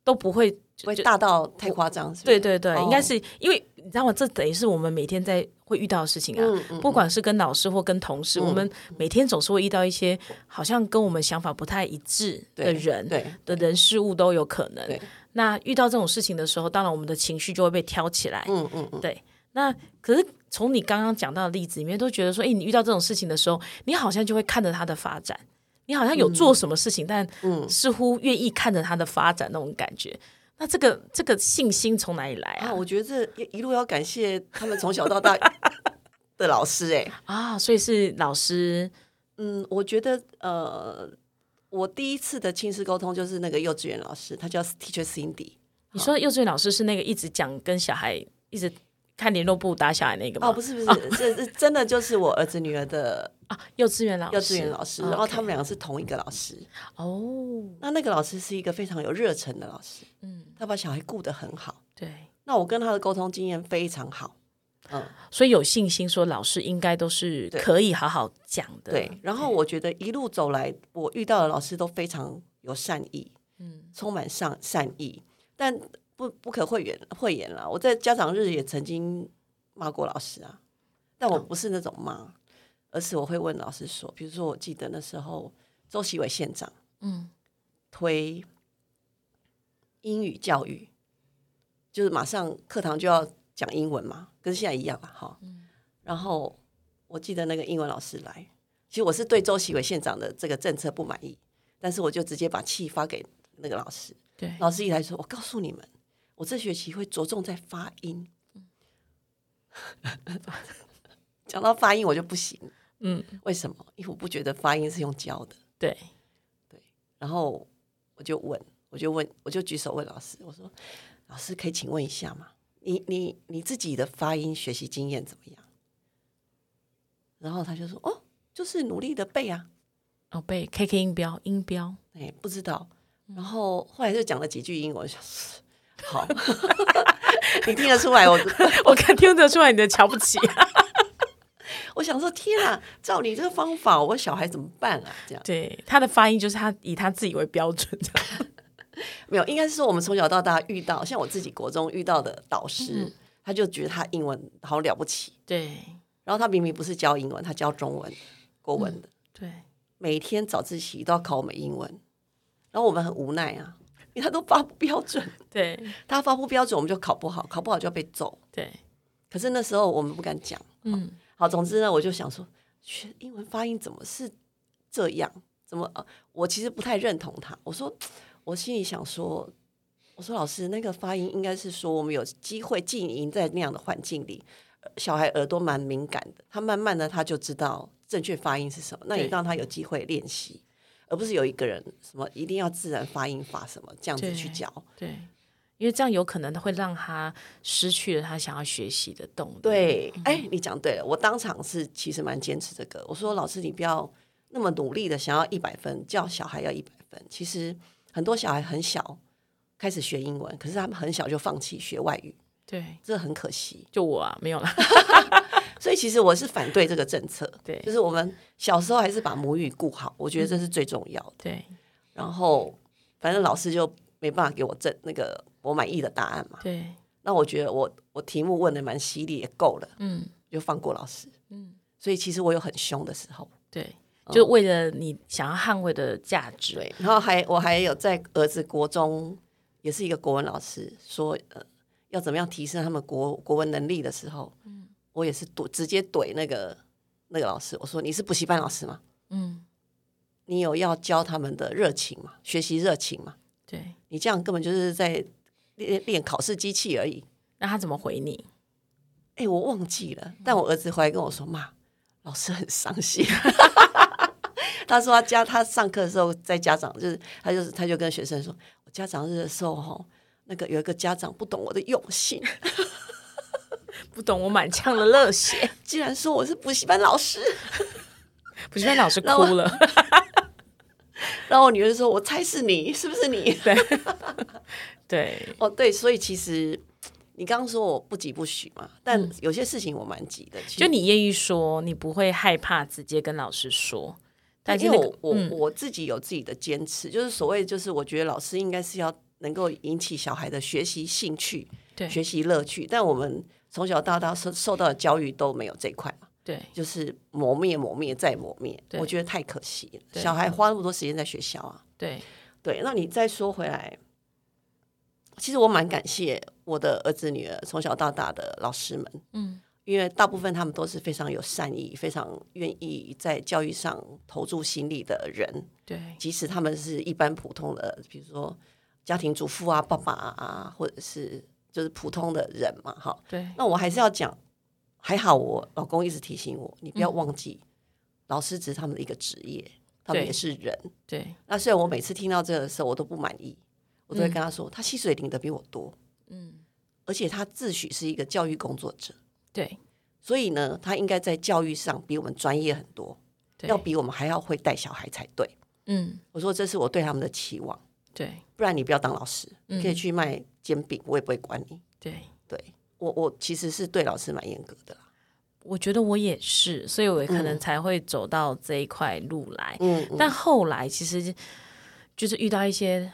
[SPEAKER 3] 都不会
[SPEAKER 2] 不会大到太夸张，是不
[SPEAKER 3] 对
[SPEAKER 2] 是，
[SPEAKER 3] 对对，
[SPEAKER 2] 哦
[SPEAKER 3] 应该是因为你知道吗？这等于是我们每天在会遇到的事情啊，
[SPEAKER 2] 嗯嗯
[SPEAKER 3] 不管是跟老师或跟同事，我们每天总是会遇到一些好像跟我们想法不太一致的人。
[SPEAKER 2] 对，
[SPEAKER 3] 的人事物都有可能
[SPEAKER 2] 对。
[SPEAKER 3] 那遇到这种事情的时候，当然我们的情绪就会被挑起来。
[SPEAKER 2] 嗯嗯嗯，
[SPEAKER 3] 对，那可是从你刚刚讲到的例子里面，都觉得说，哎，你遇到这种事情的时候，你好像就会看着它的发展，你好像有做什么事情，
[SPEAKER 2] 嗯
[SPEAKER 3] 但似乎愿意看着它的发展那种感觉。那这个这个信心从哪里来
[SPEAKER 2] 啊，
[SPEAKER 3] 啊？
[SPEAKER 2] 我觉得这一一路要感谢他们从小到大 的老师、欸，
[SPEAKER 3] 啊，所以是老师，
[SPEAKER 2] 嗯，我觉得呃，我第一次的亲子沟通就是那个幼稚园老师，他叫 Teacher Cindy。
[SPEAKER 3] 你说幼稚园老师是那个一直讲跟小孩一直看联络部打小孩那个吗？
[SPEAKER 2] 哦，不是不是，这这真的就是我儿子女儿的
[SPEAKER 3] 啊，幼稚园老师，
[SPEAKER 2] 幼稚园老师，哦
[SPEAKER 3] OK
[SPEAKER 2] 然后他们两个是同一个老师。
[SPEAKER 3] 哦，
[SPEAKER 2] 那那个老师是一个非常有热忱的老师，嗯，他把小孩顾得很好。
[SPEAKER 3] 对，
[SPEAKER 2] 那我跟他的沟通经验非常好，嗯，
[SPEAKER 3] 所以有信心说老师应该都是
[SPEAKER 2] 对
[SPEAKER 3] 可以好好讲的，
[SPEAKER 2] 对。然后我觉得一路走来，我遇到的老师都非常有善意，嗯，充满善善意，但不不可讳言讳言啦。我在家长日也曾经骂过老师啊，但我不是那种骂，而是我会问老师说，比如说我记得那时候周习伟县长，
[SPEAKER 3] 嗯，
[SPEAKER 2] 推英语教育，就是马上课堂就要讲英文嘛，跟现在一样了啊哈。然后我记得那个英文老师来，其实我是对周习伟县长的这个政策不满意，但是我就直接把气发给那个老师。
[SPEAKER 3] 对，
[SPEAKER 2] 哦老师一来说：“我告诉你们，我这学期会着重在发音。讲到发音，我就不行。
[SPEAKER 3] 嗯，
[SPEAKER 2] 为什么？因为我不觉得发音是用教的。
[SPEAKER 3] 对，
[SPEAKER 2] 然后我就问，我就问，我就举手问老师，我说：“老师，可以请问一下吗？你你你自己的发音学习经验怎么样？”然后他就说：“哦，就是努力的背啊。
[SPEAKER 3] 哦，背 KK 音标，音标，”
[SPEAKER 2] 哎，不知道。然后后来就讲了几句英文，我就想好， 你听得出来我
[SPEAKER 3] 我看听得出来你的瞧不起。啊
[SPEAKER 2] 我想说，天啊，照你这个方法，我小孩怎么办啊？这 样
[SPEAKER 3] 对，他的发音就是他以他自己为标准这样。
[SPEAKER 2] 没有，应该是说我们从小到大遇到，像我自己国中遇到的导师，他就觉得他英文好了不起，
[SPEAKER 3] 对
[SPEAKER 2] 然后他明明不是教英文，他教中文、国文的，
[SPEAKER 3] 对，
[SPEAKER 2] 每天早自习都要考我们英文，然后我们很无奈啊，因为他都发不标准，
[SPEAKER 3] 对
[SPEAKER 2] 他发不标准我们就考不好，考不好就要被揍。
[SPEAKER 3] 对，
[SPEAKER 2] 可是那时候我们不敢讲，
[SPEAKER 3] 嗯，
[SPEAKER 2] 好，总之呢，我就想说，学英文发音怎么是这样？怎么？呃我其实不太认同他。我说，我心里想说，我说老师，那个发音应该是说，我们有机会浸淫在那样的环境里，呃小孩耳朵蛮敏感的，他慢慢的他就知道正确发音是什么。那你
[SPEAKER 3] 对
[SPEAKER 2] 让他有机会练习，而不是有一个人什么一定要自然发音法什么这样子
[SPEAKER 3] 对
[SPEAKER 2] 去教。
[SPEAKER 3] 对，因为这样有可能会让他失去了他想要学习的动力。
[SPEAKER 2] 对，哎、你讲对了，我当场是其实蛮坚持这个。我说老师，你不要那么努力的想要一百分，叫小孩要一百分。其实很多小孩很小开始学英文，可是他们很小就放弃学外语，
[SPEAKER 3] 对，
[SPEAKER 2] 这很可惜。
[SPEAKER 3] 就我啊，没有啦。
[SPEAKER 2] 所以其实我是反对这个政策，
[SPEAKER 3] 对
[SPEAKER 2] 就是我们小时候还是把母语顾好，我觉得这是最重要的。
[SPEAKER 3] 对
[SPEAKER 2] 然后反正老师就没办法给我正那个我满意的答案嘛。
[SPEAKER 3] 对，
[SPEAKER 2] 那我觉得我我题目问的蛮犀利，也够了，
[SPEAKER 3] 嗯
[SPEAKER 2] 就放过老师。
[SPEAKER 3] 嗯，
[SPEAKER 2] 所以其实我有很凶的时候，
[SPEAKER 3] 对，就为了你想要捍卫的价值。
[SPEAKER 2] 对，然后还我还有在儿子国中也是一个国文老师说，呃，要怎么样提升他们国国文能力的时候，我也是怼直接怼那个那个老师，我说你是补习班老师吗？
[SPEAKER 3] 嗯，
[SPEAKER 2] 你有要教他们的热情吗？学习热情吗？
[SPEAKER 3] 对。
[SPEAKER 2] 你这样根本就是在练练考试机器而已。
[SPEAKER 3] 那他怎么回你？
[SPEAKER 2] 哎、我忘记了，但我儿子回来跟我说，妈，老师很伤心。 他说他家他上课的时候，在家长就是他就是他就跟学生说，我家长日的时候吼，那个有一个家长不懂我的用心，
[SPEAKER 3] 不懂我满腔的热血，
[SPEAKER 2] 竟然说我是补习班老师。
[SPEAKER 3] 补习班老师
[SPEAKER 2] 那 我
[SPEAKER 3] 哭了。
[SPEAKER 2] 然后我女儿就说，我猜是你，是不是你？
[SPEAKER 3] 对
[SPEAKER 2] 哦，对，所以其实你刚刚说我不急不徐嘛，但有些事情我蛮急的。其实
[SPEAKER 3] 就你愿意说，你不会害怕直接跟老师说，但是
[SPEAKER 2] 因
[SPEAKER 3] 那
[SPEAKER 2] 为
[SPEAKER 3] 个嗯
[SPEAKER 2] 我我、我自己有自己的坚持，就是所谓就是我觉得老师应该是要能够引起小孩的学习兴趣、
[SPEAKER 3] 对
[SPEAKER 2] 学习乐趣，但我们从小到大受受到的教育都没有这一块嘛，
[SPEAKER 3] 对
[SPEAKER 2] 就是磨灭、磨灭再磨灭，
[SPEAKER 3] 对
[SPEAKER 2] 我觉得太可惜了。
[SPEAKER 3] 对
[SPEAKER 2] 小孩花那么多时间在学校啊，
[SPEAKER 3] 对
[SPEAKER 2] 对，那你再说回来，其实我蛮感谢我的儿子女儿从小到大的老师们，
[SPEAKER 3] 嗯，
[SPEAKER 2] 因为大部分他们都是非常有善意、非常愿意在教育上投注心力的人，
[SPEAKER 3] 对
[SPEAKER 2] 即使他们是一般普通的，比如说家庭主妇啊、爸爸啊，或者是就是普通的人嘛，哈。
[SPEAKER 3] 对
[SPEAKER 2] 那我还是要讲，还好我老公一直提醒我，你
[SPEAKER 3] 嗯
[SPEAKER 2] 不要忘记，老师只是他们的一个职业，他们
[SPEAKER 3] 对
[SPEAKER 2] 也是人。
[SPEAKER 3] 对，
[SPEAKER 2] 那虽然我每次听到这个的时候，我都不满意，我都会跟他说，他薪水领的比我多，
[SPEAKER 3] 嗯
[SPEAKER 2] 而且他自诩是一个教育工作者，
[SPEAKER 3] 对
[SPEAKER 2] 所以呢，他应该在教育上比我们专业很多，
[SPEAKER 3] 对，
[SPEAKER 2] 要比我们还要会带小孩才对。
[SPEAKER 3] 嗯
[SPEAKER 2] 我说这是我对他们的期望，
[SPEAKER 3] 对
[SPEAKER 2] 不然你不要当老师，
[SPEAKER 3] 嗯
[SPEAKER 2] 可以去卖煎饼，我也不会管你。
[SPEAKER 3] 对，
[SPEAKER 2] 对我，我其实是对老师蛮严格的啦。
[SPEAKER 3] 我觉得我也是，所以我可能才会走到这一块路来。
[SPEAKER 2] 嗯，嗯
[SPEAKER 3] 但后来其实就是遇到一些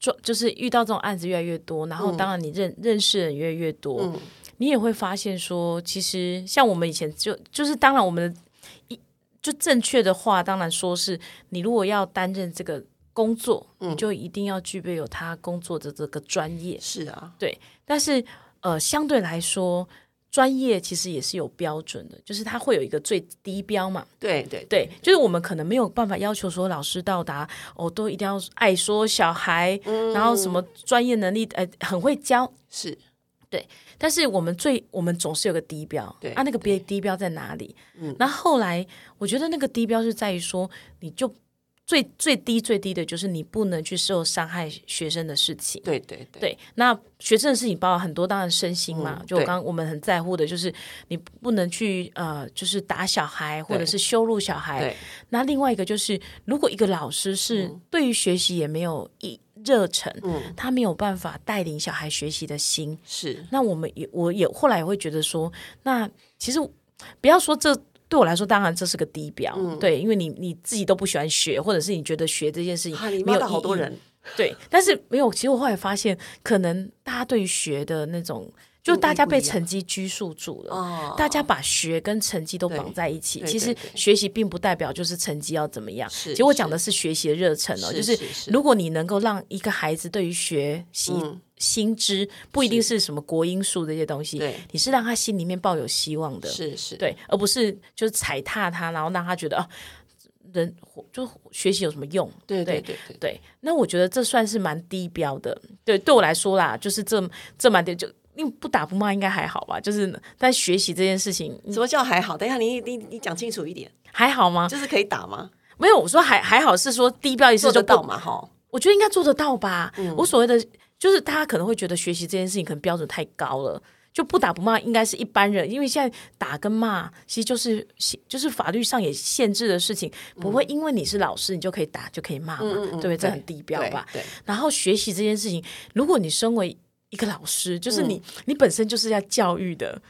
[SPEAKER 3] 状，就是遇到这种案子越来越多，然后当然你认、认识的人越来越多，
[SPEAKER 2] 嗯
[SPEAKER 3] 你也会发现说，其实像我们以前就就是当然我们的一就正确的话，当然说是你如果要担任这个工作，
[SPEAKER 2] 嗯
[SPEAKER 3] 你就一定要具备有他工作的这个专业。
[SPEAKER 2] 是啊，
[SPEAKER 3] 但是呃，相对来说，专业其实也是有标准的，就是它会有一个最低标嘛。
[SPEAKER 2] 对对对，
[SPEAKER 3] 对，就是我们可能没有办法要求说老师到达哦，都一定要爱说小孩，
[SPEAKER 2] 嗯
[SPEAKER 3] 然后什么专业能力，呃，很会教。
[SPEAKER 2] 是
[SPEAKER 3] 但是我们最，我们总是有个低标，
[SPEAKER 2] 对
[SPEAKER 3] 啊，那个低低标在哪里？嗯，那后来我觉得那个低标是在于说，你就最最低最低的就是你不能去受伤害学生的事情。
[SPEAKER 2] 对对对，
[SPEAKER 3] 对，那学生的事情包含很多，当然身心嘛。
[SPEAKER 2] 嗯
[SPEAKER 3] 就我
[SPEAKER 2] 对
[SPEAKER 3] 刚刚我们很在乎的，就是你不能去呃，就是打小孩或者
[SPEAKER 2] 对
[SPEAKER 3] 是羞辱小孩
[SPEAKER 2] 对。
[SPEAKER 3] 那另外一个就是，如果一个老师是对于学习也没有一热忱，
[SPEAKER 2] 嗯
[SPEAKER 3] 他没有办法带领小孩学习的心，
[SPEAKER 2] 是
[SPEAKER 3] 那我们也我也后来也会觉得说，那其实不要说这对我来说，当然这是个低标，
[SPEAKER 2] 嗯
[SPEAKER 3] 对，因为你你自己都不喜欢学，或者是你觉得学这件事
[SPEAKER 2] 啊，
[SPEAKER 3] 情
[SPEAKER 2] 你
[SPEAKER 3] 没
[SPEAKER 2] 骂
[SPEAKER 3] 有
[SPEAKER 2] 到好多
[SPEAKER 3] 意义
[SPEAKER 2] 人，
[SPEAKER 3] 对，但是没有。其实我后来发现，可能大家对于学的那种，就大家被成绩拘束住了。
[SPEAKER 2] 哦
[SPEAKER 3] 大家把学跟成绩都绑在一起，
[SPEAKER 2] 对对
[SPEAKER 3] 其实
[SPEAKER 2] 对对
[SPEAKER 3] 学习并不代表就是成绩要怎么样。
[SPEAKER 2] 是
[SPEAKER 3] 其实我讲的是学习的热忱哦，
[SPEAKER 2] 是
[SPEAKER 3] 就是
[SPEAKER 2] 是嗯是
[SPEAKER 3] 如果你能够让一个孩子对于学习、新知，不一定是什么国音数这些东西
[SPEAKER 2] 对，
[SPEAKER 3] 你是让他心里面抱有希望的。
[SPEAKER 2] 是是，
[SPEAKER 3] 对，而不是就是踩踏他，然后让他觉得啊，人就学习有什么用？
[SPEAKER 2] 对对对对，
[SPEAKER 3] 对，那我觉得这算是蛮低标的。对，对我来说啦，就是这这蛮低，就因为不打不骂应该还好吧。就是但学习这件事情嗯
[SPEAKER 2] 什么叫还好？等一下你你你讲清楚 一点，
[SPEAKER 3] 还好吗？
[SPEAKER 2] 就是可以打吗？
[SPEAKER 3] 没有，我说还还好是说低标一次
[SPEAKER 2] 做
[SPEAKER 3] 就
[SPEAKER 2] 得
[SPEAKER 3] 不
[SPEAKER 2] 到，嗯嘛？哈，
[SPEAKER 3] 我觉得应该做得到吧。我所谓的就是大家可能会觉得学习这件事情可能标准太高了。就不打不骂，应该是一般人，因为现在打跟骂其实就是就是法律上也限制的事情，
[SPEAKER 2] 嗯
[SPEAKER 3] 不会因为你是老师你就可以打就可以骂嘛，对不对？这很低标
[SPEAKER 2] 对
[SPEAKER 3] 吧？
[SPEAKER 2] 对，
[SPEAKER 3] 然后学习这件事情，如果你身为一个老师，就是你，
[SPEAKER 2] 嗯
[SPEAKER 3] 你本身就是要教育的。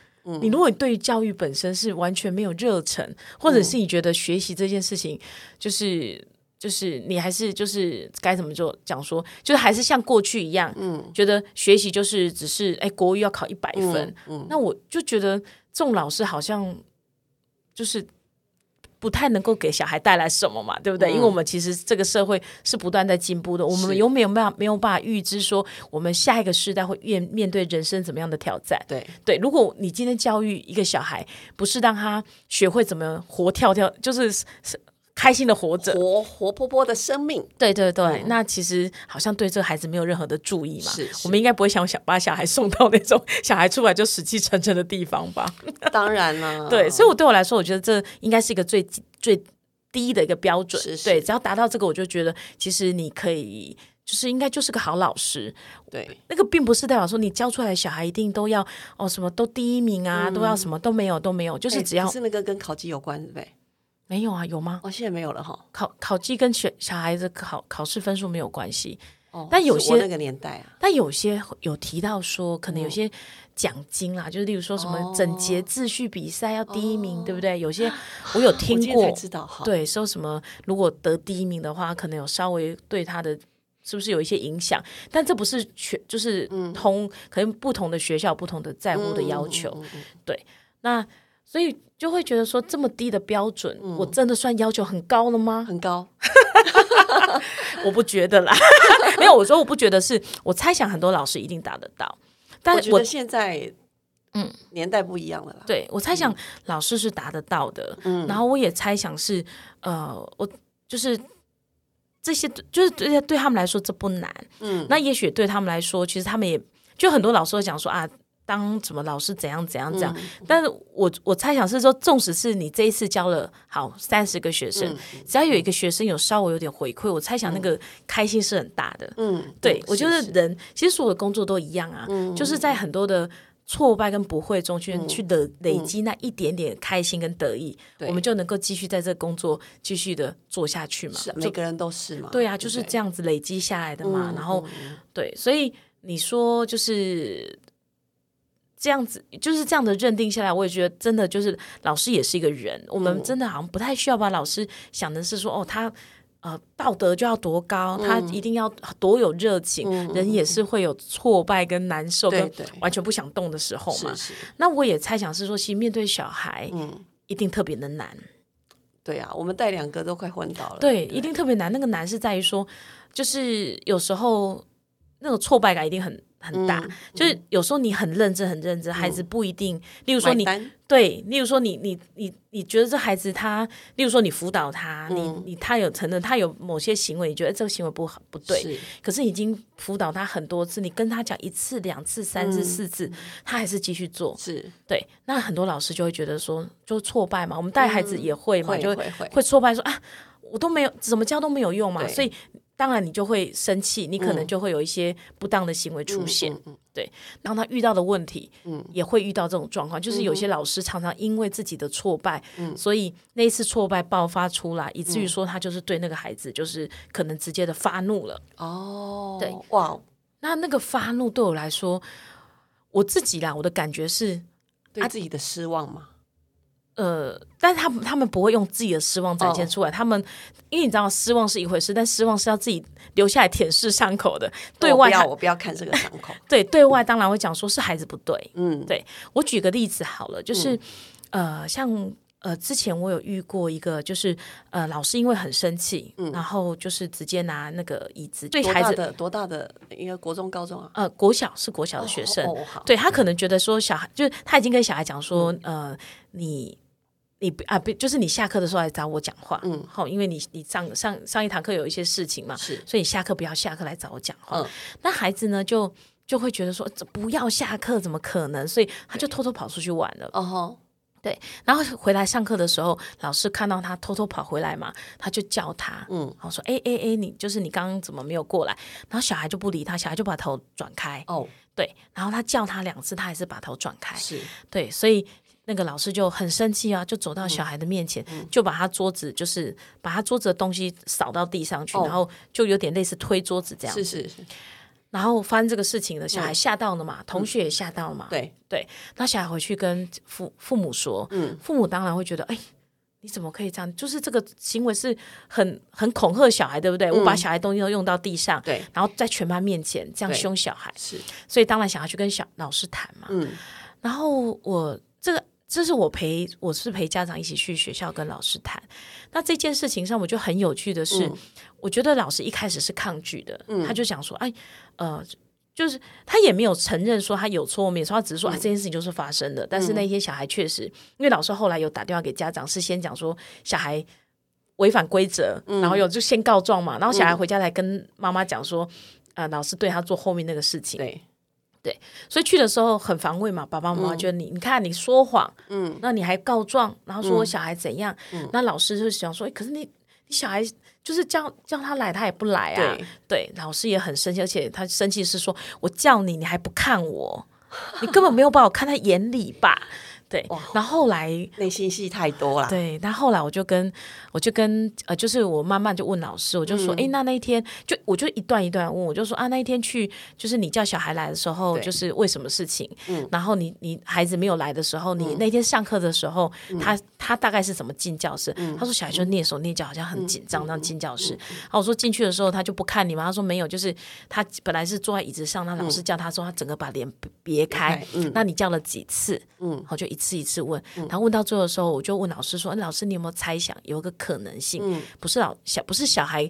[SPEAKER 3] 你如果对于教育本身是完全没有热忱，或者是
[SPEAKER 2] 嗯
[SPEAKER 3] 你觉得学习这件事情就是、就是你还是就是该怎么做讲说，就是还是像过去一样，嗯，觉得学习就是只是哎国语要考一百分，
[SPEAKER 2] 嗯
[SPEAKER 3] 那我就觉得这种老师好像就是不太能够给小孩带来什么嘛，对不对？因为我们其实这个社会是不断在进步的，我们
[SPEAKER 2] 嗯是
[SPEAKER 3] 有没有办法没有办法预知说我们下一个世代会面面对人生怎么样的挑战？
[SPEAKER 2] 对
[SPEAKER 3] 对，如果你今天教育一个小孩，不是让他学会怎么活跳跳，就是是是开心的活着，嗯
[SPEAKER 2] 活活泼泼的生命，
[SPEAKER 3] 对对对，那其实好像对这个孩子没有任何的注意嘛。
[SPEAKER 2] 是是
[SPEAKER 3] 我们应该不会想想把小孩送到那种小孩出来就死气沉沉的地方 吧？
[SPEAKER 2] 当然 啦，
[SPEAKER 3] 对，所以我对我来说，我觉得这应该是一个最最低的一个标准。
[SPEAKER 2] 是是
[SPEAKER 3] 对，只要达到这个，我就觉得其实你可以。就是应该就是个好老师，
[SPEAKER 2] 对
[SPEAKER 3] 那个并不是代表说你教出来的小孩一定都要哦什么都第一名啊，都要什么都没有都没有，就是
[SPEAKER 2] 哎
[SPEAKER 3] 只要、
[SPEAKER 2] 可是那个跟考级有关，对不对？
[SPEAKER 3] 没有啊，有吗？
[SPEAKER 2] 哦，现在没有了哈。
[SPEAKER 3] 考考绩跟小小孩子考考试分数没有关系，
[SPEAKER 2] 哦，
[SPEAKER 3] 但有
[SPEAKER 2] 是我
[SPEAKER 3] 些
[SPEAKER 2] 那个年代啊，
[SPEAKER 3] 但有些有提到说，可能有些奖金啦，就是例如说什么整洁秩序比赛要第一名，对不对？有些哦我有
[SPEAKER 2] 我
[SPEAKER 3] 听
[SPEAKER 2] 今天才
[SPEAKER 3] 过，
[SPEAKER 2] 知道哈。，
[SPEAKER 3] 对，说什么如果得第一名的话，可能有稍微对他的是不是有一些影响？但这不是全，就是
[SPEAKER 2] 嗯
[SPEAKER 3] 同、可能不同的学校有不同的在乎的要求，
[SPEAKER 2] 嗯
[SPEAKER 3] 对，那所以就会觉得说这么低的标准，
[SPEAKER 2] 嗯
[SPEAKER 3] 我真的算要求很高了 吗？
[SPEAKER 2] 很高。
[SPEAKER 3] 我不觉得啦， 没有，我说我不觉得是，我猜想很多老师一定达得到，但
[SPEAKER 2] 我
[SPEAKER 3] 我
[SPEAKER 2] 觉得现在，嗯，年代不一样了啦。
[SPEAKER 3] 对我猜想老师是达得到的，然后我也猜想是呃，我就是。这些就是对对他们来说这不难，嗯，那也许对他们来说，其实他们也就很多老师会讲说啊，当什么老师怎样怎样怎样，但是我我猜想是说，纵使是你这一次教了好三十个学生，只要有一个学生有稍微有点回馈，我猜想那个开心是很大的，
[SPEAKER 2] 嗯，
[SPEAKER 3] 对
[SPEAKER 2] 嗯，
[SPEAKER 3] 我
[SPEAKER 2] 是
[SPEAKER 3] 觉得
[SPEAKER 2] 是嗯
[SPEAKER 3] 人其实所有的工作都一样啊，就是在很多的挫败跟不会中去、去累累积那一点点开心跟得意，
[SPEAKER 2] 嗯对
[SPEAKER 3] 我们就能够继续在这工作继续的做下去嘛。
[SPEAKER 2] 是啊
[SPEAKER 3] 就
[SPEAKER 2] 每个人都是嘛。
[SPEAKER 3] 对啊，就
[SPEAKER 2] 不
[SPEAKER 3] 是
[SPEAKER 2] 对
[SPEAKER 3] 这样子累积下来的嘛。
[SPEAKER 2] 嗯
[SPEAKER 3] 然后、
[SPEAKER 2] 嗯
[SPEAKER 3] 对，所以你说就是这样子，就是这样的认定下来，我也觉得真的就是老师也是一个人，我
[SPEAKER 2] 嗯
[SPEAKER 3] 们真的好像不太需要把老师想的是说哦，他呃道德就要多高，他
[SPEAKER 2] 嗯
[SPEAKER 3] 一定要多有热情，人也是会有挫败跟难受，
[SPEAKER 2] 对
[SPEAKER 3] 跟
[SPEAKER 2] 对
[SPEAKER 3] 完全不想动的时候嘛
[SPEAKER 2] 是。是，
[SPEAKER 3] 那我也猜想是说，其实面对小孩，
[SPEAKER 2] 嗯，
[SPEAKER 3] 一定特别的难。
[SPEAKER 2] 对啊，我们带两个都快昏倒了。
[SPEAKER 3] 对，一定特别难。那个难是在于说，就是有时候那种挫败感一定很很大，
[SPEAKER 2] 嗯
[SPEAKER 3] 就是有时候你很认真很认真，孩子不一定，例如说
[SPEAKER 2] 买
[SPEAKER 3] 你
[SPEAKER 2] 单，
[SPEAKER 3] 对，例如说你你你你觉得这孩子他，例如说你辅导他，
[SPEAKER 2] 嗯
[SPEAKER 3] 你你他有承认他有某些行为，你觉得这个行为不好不对，
[SPEAKER 2] 是
[SPEAKER 3] 可是已经辅导他很多次，你跟他讲一次、两次、三次、四
[SPEAKER 2] 嗯
[SPEAKER 3] 次，他还是继续做。
[SPEAKER 2] 是
[SPEAKER 3] 对，那很多老师就会觉得说，就挫败嘛，我们带孩子也会嘛，
[SPEAKER 2] 嗯会
[SPEAKER 3] 就
[SPEAKER 2] 会会
[SPEAKER 3] 会挫败说啊，我都没有怎么教都没有用嘛，
[SPEAKER 2] 对
[SPEAKER 3] 所以当然你就会生气，你可能
[SPEAKER 2] 嗯
[SPEAKER 3] 就会有一些不当的行为出现。
[SPEAKER 2] 嗯嗯
[SPEAKER 3] 然后他遇到的问题，
[SPEAKER 2] 嗯
[SPEAKER 3] 也会遇到这种状况，就是有些老师常常因为自己的挫败，
[SPEAKER 2] 嗯
[SPEAKER 3] 所以那一次挫败爆发出来，以至于说他就是对那个孩子就是可能直接的发怒了。
[SPEAKER 2] 嗯哦，
[SPEAKER 3] 对，
[SPEAKER 2] 哇，
[SPEAKER 3] 那那个发怒对我来说，我自己啦，我的感觉是，啊
[SPEAKER 2] 对自己的失望嘛，
[SPEAKER 3] 呃，但是他们他们不会用自己的失望展
[SPEAKER 2] 哦
[SPEAKER 3] 现出来，他们因为你知道失望是一回事，但失望是要自己留下来舔舐伤口的。对
[SPEAKER 2] 我
[SPEAKER 3] 外
[SPEAKER 2] 哦不
[SPEAKER 3] 他
[SPEAKER 2] 要我不要看这个伤口，
[SPEAKER 3] 对对外当然会讲说是孩子不对，
[SPEAKER 2] 嗯，
[SPEAKER 3] 对我举个例子好了，就是、呃，像呃，之前我有遇过一个，就是呃，老师因为很生气，然后就是直接拿那个椅子对
[SPEAKER 2] 嗯 多
[SPEAKER 3] 孩
[SPEAKER 2] 大
[SPEAKER 3] 子，
[SPEAKER 2] 的多大的一个国中高中啊，
[SPEAKER 3] 呃，国小是国小的学生，
[SPEAKER 2] 哦哦好，
[SPEAKER 3] 对他可能觉得说小孩就是他已经跟小孩讲说，呃，你。你不啊，不就是你下课的时候来找我讲话，嗯，好，因为你你上上上一堂课有一些事情嘛，
[SPEAKER 2] 是
[SPEAKER 3] 所以你下课不要下课来找我讲话。
[SPEAKER 2] 嗯
[SPEAKER 3] 那孩子呢，就就会觉得说这不要下课，怎么可能？所以他就偷偷跑出去玩了。
[SPEAKER 2] 哦吼，
[SPEAKER 3] 然后回来上课的时候，老师看到他偷偷跑回来嘛，他就叫他，嗯，
[SPEAKER 2] 嗯，
[SPEAKER 3] 然后说，哎哎哎，你就是你刚刚怎么没有过来？然后小孩就不理他，小孩就把头转开，
[SPEAKER 2] 哦，
[SPEAKER 3] 对，然后他叫他两次，他还是把头转开，
[SPEAKER 2] 是
[SPEAKER 3] 对，所以那个老师就很生气啊，就走
[SPEAKER 2] 嗯
[SPEAKER 3] 到小孩的面前，就把他桌子就是把他桌子的东西扫到地上去，
[SPEAKER 2] 哦
[SPEAKER 3] 然后就有点类似推桌子这样。
[SPEAKER 2] 是是是，
[SPEAKER 3] 然后发生这个事情了，小孩吓到了嘛，同学也吓到了嘛。
[SPEAKER 2] 嗯对，
[SPEAKER 3] 对，那小孩回去跟父父母说，
[SPEAKER 2] 嗯
[SPEAKER 3] 父母当然会觉得，哎。你怎么可以这样？就是这个行为是很很恐吓小孩，对不对？我把小孩东西都用到地上，
[SPEAKER 2] 嗯对，
[SPEAKER 3] 然后在全班面前这样
[SPEAKER 2] 对
[SPEAKER 3] 凶小孩，
[SPEAKER 2] 是，
[SPEAKER 3] 所以当然想要去跟小老师谈嘛。
[SPEAKER 2] 嗯
[SPEAKER 3] 然后我这个。这是我陪，我是陪家长一起去学校跟老师谈。那这件事情上，我就很有趣的是，
[SPEAKER 2] 嗯
[SPEAKER 3] 我觉得老师一开始是抗拒的，他就讲说：“哎，呃，就是他也没有承认说他有错，我们也说他只是
[SPEAKER 2] 嗯
[SPEAKER 3] 说、啊这件事情就是发生的。但是那天小孩确实，因为老师后来有打电话给家长，是先讲说小孩违反规则，
[SPEAKER 2] 嗯
[SPEAKER 3] 然后有就先告状嘛，然后小孩回家来跟妈妈讲说，呃，老师对他做后面那个事情。
[SPEAKER 2] 对，
[SPEAKER 3] 所以去的时候很防卫嘛，爸爸妈妈觉得你，你看你说谎，嗯，那你还告状，然后说我小孩怎样，那老师就想说，哎诶可是你你小孩就是叫叫他来，他也不来啊，
[SPEAKER 2] 对
[SPEAKER 3] 对，老师也很生气，而且他生气是说我叫你，你还不看我，你根本没有把我看在眼里吧？对，然后后来。
[SPEAKER 2] 内心戏太 多了，
[SPEAKER 3] 对，但后来我就跟我就跟呃，就是我慢慢就问老师，我就
[SPEAKER 2] 嗯
[SPEAKER 3] 说，诶，那那一天就我就一段一段问，我就说啊，那一天去就是你叫小孩来的时候，
[SPEAKER 2] 对嗯
[SPEAKER 3] 就是为什么事情？然后你你孩子没有来的时候，你那天上课的时候，
[SPEAKER 2] 嗯
[SPEAKER 3] 他他大概是怎么进教室？他说小孩就蹑手蹑脚，好像很紧
[SPEAKER 2] 嗯
[SPEAKER 3] 张，那样进教室。然后我说进去的时候他就不看你嘛，他说没有，就是他本来是坐在椅子上，那老师叫他说他整个把脸别开
[SPEAKER 2] 嗯开，嗯
[SPEAKER 3] 那你叫了几次？嗯，我就一次一次问，然后问到最后的时候，我就问老师说：“哎老师，你有没有猜想有一个可能性？
[SPEAKER 2] 嗯
[SPEAKER 3] 不是老小，不是小孩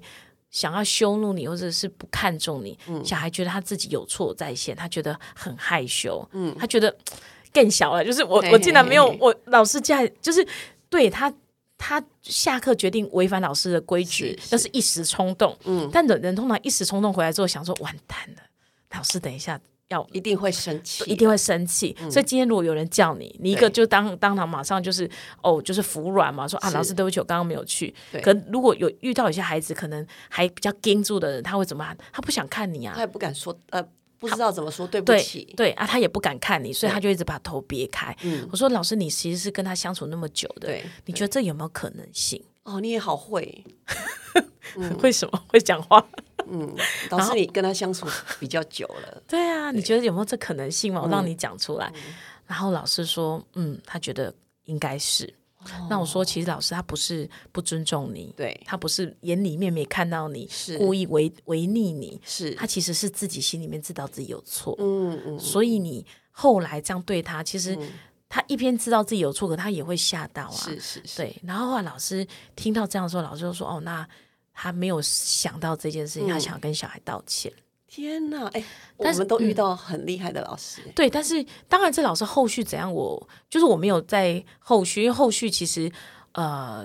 [SPEAKER 3] 想要羞辱你，或者是不看重你，
[SPEAKER 2] 嗯
[SPEAKER 3] 小孩觉得他自己有错在先，他觉得很害羞，嗯，他觉得更小了，就是我
[SPEAKER 2] 嘿
[SPEAKER 3] 我竟然没有
[SPEAKER 2] 嘿嘿
[SPEAKER 3] 我老师竟然就是对他。”他下课决定违反老师的规矩
[SPEAKER 2] 是是，
[SPEAKER 3] 那是一时冲动。嗯，但人人通常一时冲动回来之后，想说完蛋了，老师等一下要
[SPEAKER 2] 一定会生气，嗯
[SPEAKER 3] 一定会生气。所以今天如果有人叫你，你一个
[SPEAKER 2] 对
[SPEAKER 3] 就当当场马上就是哦，就是服软嘛，说啊，
[SPEAKER 2] 是
[SPEAKER 3] 老师对不起，我刚刚没有去
[SPEAKER 2] 对。
[SPEAKER 3] 可如果有遇到有些孩子可能还比较盯住的人，他会怎么喊？他不想看你
[SPEAKER 2] 他
[SPEAKER 3] 啊。
[SPEAKER 2] 也不敢说，呃，不知道怎么说对不
[SPEAKER 3] 对
[SPEAKER 2] 起，
[SPEAKER 3] 对啊，他也不敢看你，所以
[SPEAKER 2] 对嗯
[SPEAKER 3] 他就一直把头别开。我说老师，你其实是跟他相处那么久的
[SPEAKER 2] 对，
[SPEAKER 3] 你觉得这有没有可能性？
[SPEAKER 2] 哦，你也好会，嗯
[SPEAKER 3] 为什么会讲话？
[SPEAKER 2] 导致你跟他相处比较久了，
[SPEAKER 3] 对啊，你觉得有没有这可能性嘛？我
[SPEAKER 2] 嗯
[SPEAKER 3] 让你讲出来。然后老师说，嗯，他觉得应该是。那我说，其实老师他不是不尊重你，
[SPEAKER 2] 哦对
[SPEAKER 3] 他不是眼里面没看到你，
[SPEAKER 2] 是
[SPEAKER 3] 故意违违逆你，
[SPEAKER 2] 是，
[SPEAKER 3] 他其实是自己心里面知道自己有错，
[SPEAKER 2] 嗯嗯，
[SPEAKER 3] 所以你后来这样对他，其实他一边知道自己有错，可他也会吓到啊。
[SPEAKER 2] 是是是，
[SPEAKER 3] 对，然后后来老师听
[SPEAKER 2] 嗯
[SPEAKER 3] 到这样说，老师就说：“哦，那他没有想到这件事情，他想要跟小孩道歉。
[SPEAKER 2] 天哪！哎、我
[SPEAKER 3] 但是
[SPEAKER 2] 们都遇到很厉害的老师、哎
[SPEAKER 3] 对，但是当然，这老师后续怎样我，就是我没有在后续，因为后续其实呃，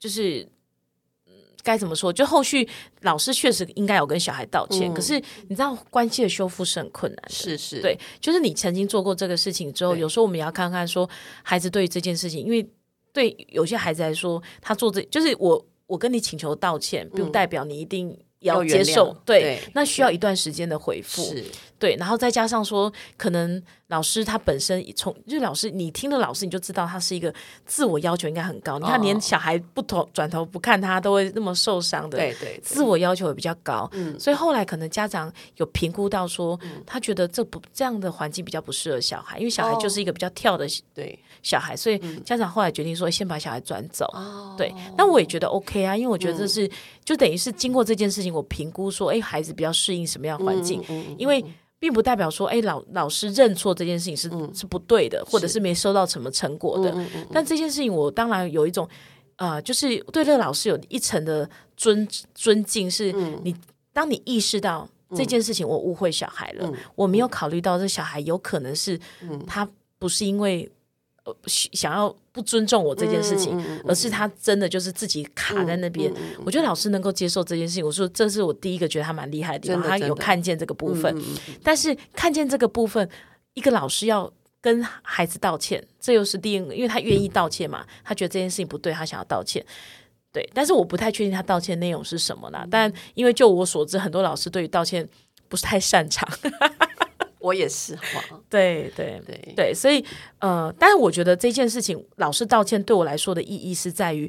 [SPEAKER 3] 就是嗯该怎么说，就后续老师确实应该有跟小孩道歉，
[SPEAKER 2] 嗯
[SPEAKER 3] 可是你知道关系的修复是很困难的。
[SPEAKER 2] 是是，
[SPEAKER 3] 嗯对，就是你曾经做过这个事情之后，
[SPEAKER 2] 对
[SPEAKER 3] 有时候我们也要看看说孩子对于这件事情，因为对有些孩子来说，他做这就是我我跟你请求道歉，并不代表你一定也
[SPEAKER 2] 嗯要
[SPEAKER 3] 要
[SPEAKER 2] 原
[SPEAKER 3] 接受
[SPEAKER 2] 谅，
[SPEAKER 3] 对，
[SPEAKER 2] 对
[SPEAKER 3] 那需要一段时间的回复，
[SPEAKER 2] 是
[SPEAKER 3] 对，然后再加上说，可能老师他本身从就是老师，你听了老师你就知道他是一个自我要求应该很高。你看，
[SPEAKER 2] 哦
[SPEAKER 3] 连小孩不头转头不看他都会那么受伤的，
[SPEAKER 2] 对嗯对
[SPEAKER 3] 自我要求也比较高。所以后来可能家长有评估到说，
[SPEAKER 2] 嗯
[SPEAKER 3] 他觉得这不这样的环境比较不适合小孩，因为小孩
[SPEAKER 2] 哦
[SPEAKER 3] 就是一个比较跳的
[SPEAKER 2] 对
[SPEAKER 3] 小孩，所以家长后来决定说，哎先把小孩转走。
[SPEAKER 2] 嗯哦，嗯
[SPEAKER 3] 对，那我也觉得 OK 啊，因为我觉得这是、就等于是经过这件事情，我评估说，哎，孩子比较适应什么样的环
[SPEAKER 2] 嗯
[SPEAKER 3] 境，因为并不代表说，哎，老老师认错这件事情是、是不对的，或者是没收到什么成果
[SPEAKER 2] 嗯
[SPEAKER 3] 的。但这件事情，我当然有一种，呃，就是对这个老师有一层的尊尊敬，是你、当你意识到。这件事情我误会小孩了，我没有考虑到这小孩有可能是、他不是因为呃想要不尊重我这件事
[SPEAKER 2] 嗯
[SPEAKER 3] 情，而是他真的就是自己卡在那边。我觉得老师能够接受这件事情，我说这是我第一个觉得他蛮厉害的地方，
[SPEAKER 2] 真的
[SPEAKER 3] 他
[SPEAKER 2] 真
[SPEAKER 3] 有
[SPEAKER 2] 的
[SPEAKER 3] 看见这个部分。
[SPEAKER 2] 嗯嗯
[SPEAKER 3] 但是看见这个部分，一个老师要跟孩子道歉，这又是第二个，因为他愿意道歉嘛，他觉得这件事情不对，他想要道歉。对，但是我不太确定他道歉内容是什么啦。
[SPEAKER 2] 嗯
[SPEAKER 3] 但因为就我所知，很多老师对于道歉不是太擅长。
[SPEAKER 2] 嗯我也是，好不好？
[SPEAKER 3] 对对
[SPEAKER 2] 对
[SPEAKER 3] 对，所以呃，但是我觉得这件事情，老师道歉对我来说的意义是在于，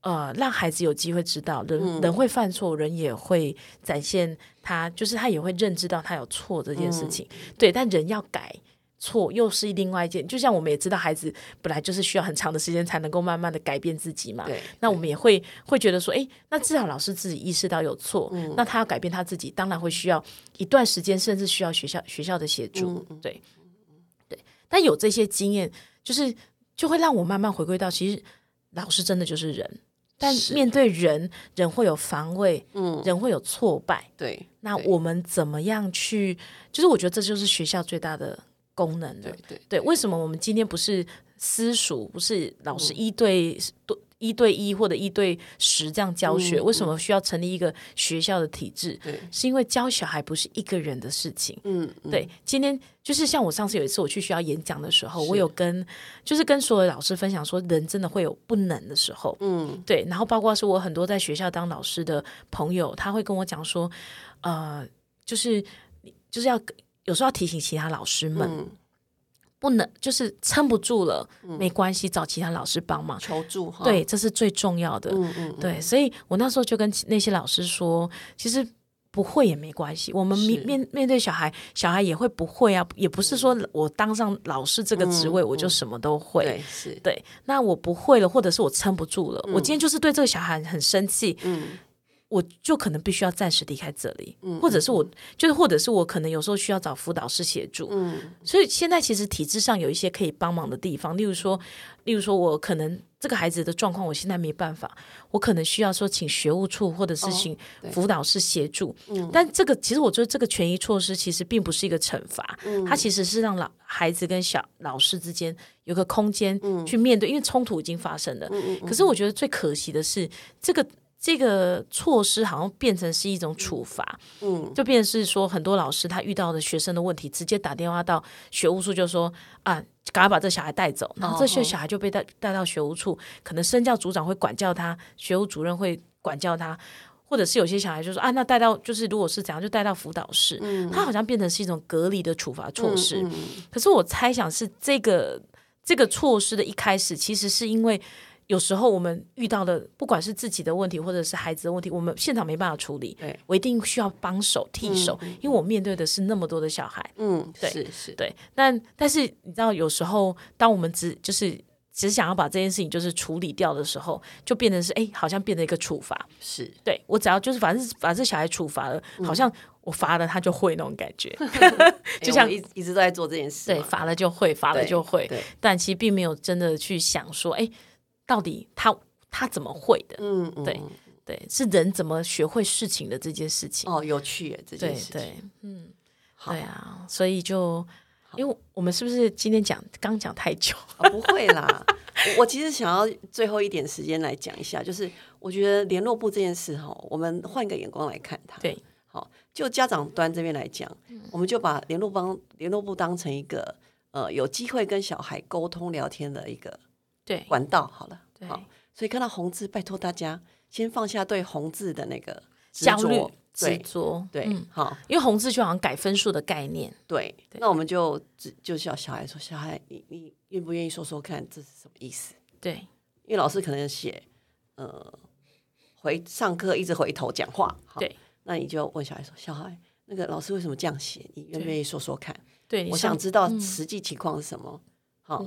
[SPEAKER 3] 呃，让孩子有机会知道，人、人会犯错，人也会展现他，就是他也会认知到他有错这件事情。对，但人要改。错又是另外一件，就像我们也知道，孩子本来就是需要很长的时间才能够慢慢的改变自己嘛。
[SPEAKER 2] 对
[SPEAKER 3] 啊那我们也会会觉得说，诶，那至少老师自己意识到有错，那他要改变他自己，当然会需要一段时间，甚至需要学校学校的协
[SPEAKER 2] 嗯
[SPEAKER 3] 助。对，对。但有这些经验，就是就会让我慢慢回归到，其实老师真的就是人，但
[SPEAKER 2] 是
[SPEAKER 3] 面对人，人会有防卫，嗯，人会有挫败。
[SPEAKER 2] 对，
[SPEAKER 3] 那
[SPEAKER 2] 对
[SPEAKER 3] 我们怎么样去？就是我觉得这就是学校最大的功能了
[SPEAKER 2] 对。对
[SPEAKER 3] 对，为什么我们今天不是私塾，不是老
[SPEAKER 2] 嗯
[SPEAKER 3] 师一对多、一对一或者一对十这样教学？为什么需要成立一个学校的体制？
[SPEAKER 2] 嗯对
[SPEAKER 3] 是因为教小孩不是一个人的事情。
[SPEAKER 2] 嗯嗯
[SPEAKER 3] 对，今天就是像我上次有一次我去学校演讲的时候，我有跟就是跟所有的老师分享说，人真的会有不能的时候。
[SPEAKER 2] 嗯，
[SPEAKER 3] 对，然后包括是我很多在学校当老师的朋友，他会跟我讲说，呃，就是就是要有时候要提醒其他老师们，
[SPEAKER 2] 嗯
[SPEAKER 3] 不能就是撑不住了，没关系，找其他老师帮忙。
[SPEAKER 2] 求助哈，
[SPEAKER 3] 对，这是最重要的。
[SPEAKER 2] 嗯，嗯嗯，
[SPEAKER 3] 对，所以我那时候就跟那些老师说，其实不会也没关系，我们面
[SPEAKER 2] 是
[SPEAKER 3] 面面对小孩，小孩也会不会啊，也不是说我当上老师这个职位、我就什么都会。
[SPEAKER 2] 嗯对是，
[SPEAKER 3] 对，那我不会了，或者是我撑不住了，我今天就是对这个小孩很生气，
[SPEAKER 2] 嗯
[SPEAKER 3] 我就可能必须要暂时离开这里，
[SPEAKER 2] 嗯
[SPEAKER 3] 或者是我就是，或者是我可能有时候需要找辅导师协助。
[SPEAKER 2] 嗯
[SPEAKER 3] 所以现在其实体制上有一些可以帮忙的地方，例如说，例如说我可能这个孩子的状况，我现在没办法，我可能需要说请学务处或者是请辅导室协助。但这个其实我觉得这个权益措施其实并不是一个惩罚，它其实是让老孩子跟小老师之间有个空间去面对，因为冲突已经发生了。可是我觉得最可惜的是这个。这个措施好像变成是一种处罚，
[SPEAKER 2] 嗯，
[SPEAKER 3] 就变成是说，很多老师他遇到的学生的问题，直接打电话到学务处就说啊，赶快把这小孩带走，然后这些小孩就被带带到学务处，可能身教组长会管教他，学务主任会管教他。或者是有些小孩就说啊，那带到就是如果是怎样，就带到辅导室，他好像变成是一种隔离的处罚措施。
[SPEAKER 2] 嗯
[SPEAKER 3] 可是我猜想是这个这个措施的一开始，其实是因为有时候我们遇到的不管是自己的问题或者是孩子的问题，我们现场没办法处理
[SPEAKER 2] 对，
[SPEAKER 3] 我一定需要帮手替手，因为我面对的是那么多的小孩。
[SPEAKER 2] 嗯，
[SPEAKER 3] 对
[SPEAKER 2] 是是，
[SPEAKER 3] 对，但但是你知道，有时候当我们只就是。只想要把这件事情就是处理掉的时候，就变成是哎、好像变成一个处罚。
[SPEAKER 2] 是哎
[SPEAKER 3] 对我只要就是反正把这小孩处罚了，好像我罚了他就会那种感觉。就
[SPEAKER 2] 哎
[SPEAKER 3] 像
[SPEAKER 2] 我一一直都在做这件 事
[SPEAKER 3] 对，
[SPEAKER 2] 嘛，
[SPEAKER 3] 罚了就会，罚了
[SPEAKER 2] 对
[SPEAKER 3] 就会。
[SPEAKER 2] 对，
[SPEAKER 3] 但其实并没有真的去想说，哎，到底他他怎么会的？
[SPEAKER 2] 嗯嗯
[SPEAKER 3] 对
[SPEAKER 2] 嗯
[SPEAKER 3] 对，是人怎么学会事情的这件事情。
[SPEAKER 2] 哦，有趣耶，这件
[SPEAKER 3] 对
[SPEAKER 2] 事情。
[SPEAKER 3] 对，嗯，
[SPEAKER 2] 好
[SPEAKER 3] 对啊，所以就因为我们是不是今天讲刚讲太久？
[SPEAKER 2] 哦不会啦，我我其实想要最后一点时间来讲一下，就是我觉得联络部这件事哈，我们换一个眼光来看它。
[SPEAKER 3] 对，
[SPEAKER 2] 好，就家长端这边来讲，我们就把联络帮联络部当成一个呃有机会跟小孩沟通聊天的一个
[SPEAKER 3] 对
[SPEAKER 2] 管道好了。
[SPEAKER 3] 对
[SPEAKER 2] 好，所以看到红字，拜托大家先放下对红字的那个执
[SPEAKER 3] 焦虑
[SPEAKER 2] 着，
[SPEAKER 3] 执
[SPEAKER 2] 对
[SPEAKER 3] 着，
[SPEAKER 2] 对，
[SPEAKER 3] 嗯
[SPEAKER 2] 好
[SPEAKER 3] 因为红字就好像改分数的概念，
[SPEAKER 2] 对。
[SPEAKER 3] 对
[SPEAKER 2] 那我们就只就叫小孩说，小孩你你愿不愿意说说看这是什么意思？
[SPEAKER 3] 对
[SPEAKER 2] 因为老师可能写，呃，回上课一直回头讲话，好，
[SPEAKER 3] 对
[SPEAKER 2] 那你就问小孩说：“小孩，那个老师为什么这样写？你愿不愿意说说看？
[SPEAKER 3] 对，你
[SPEAKER 2] 我
[SPEAKER 3] 上嗯
[SPEAKER 2] 想知道实际情况是什么。好，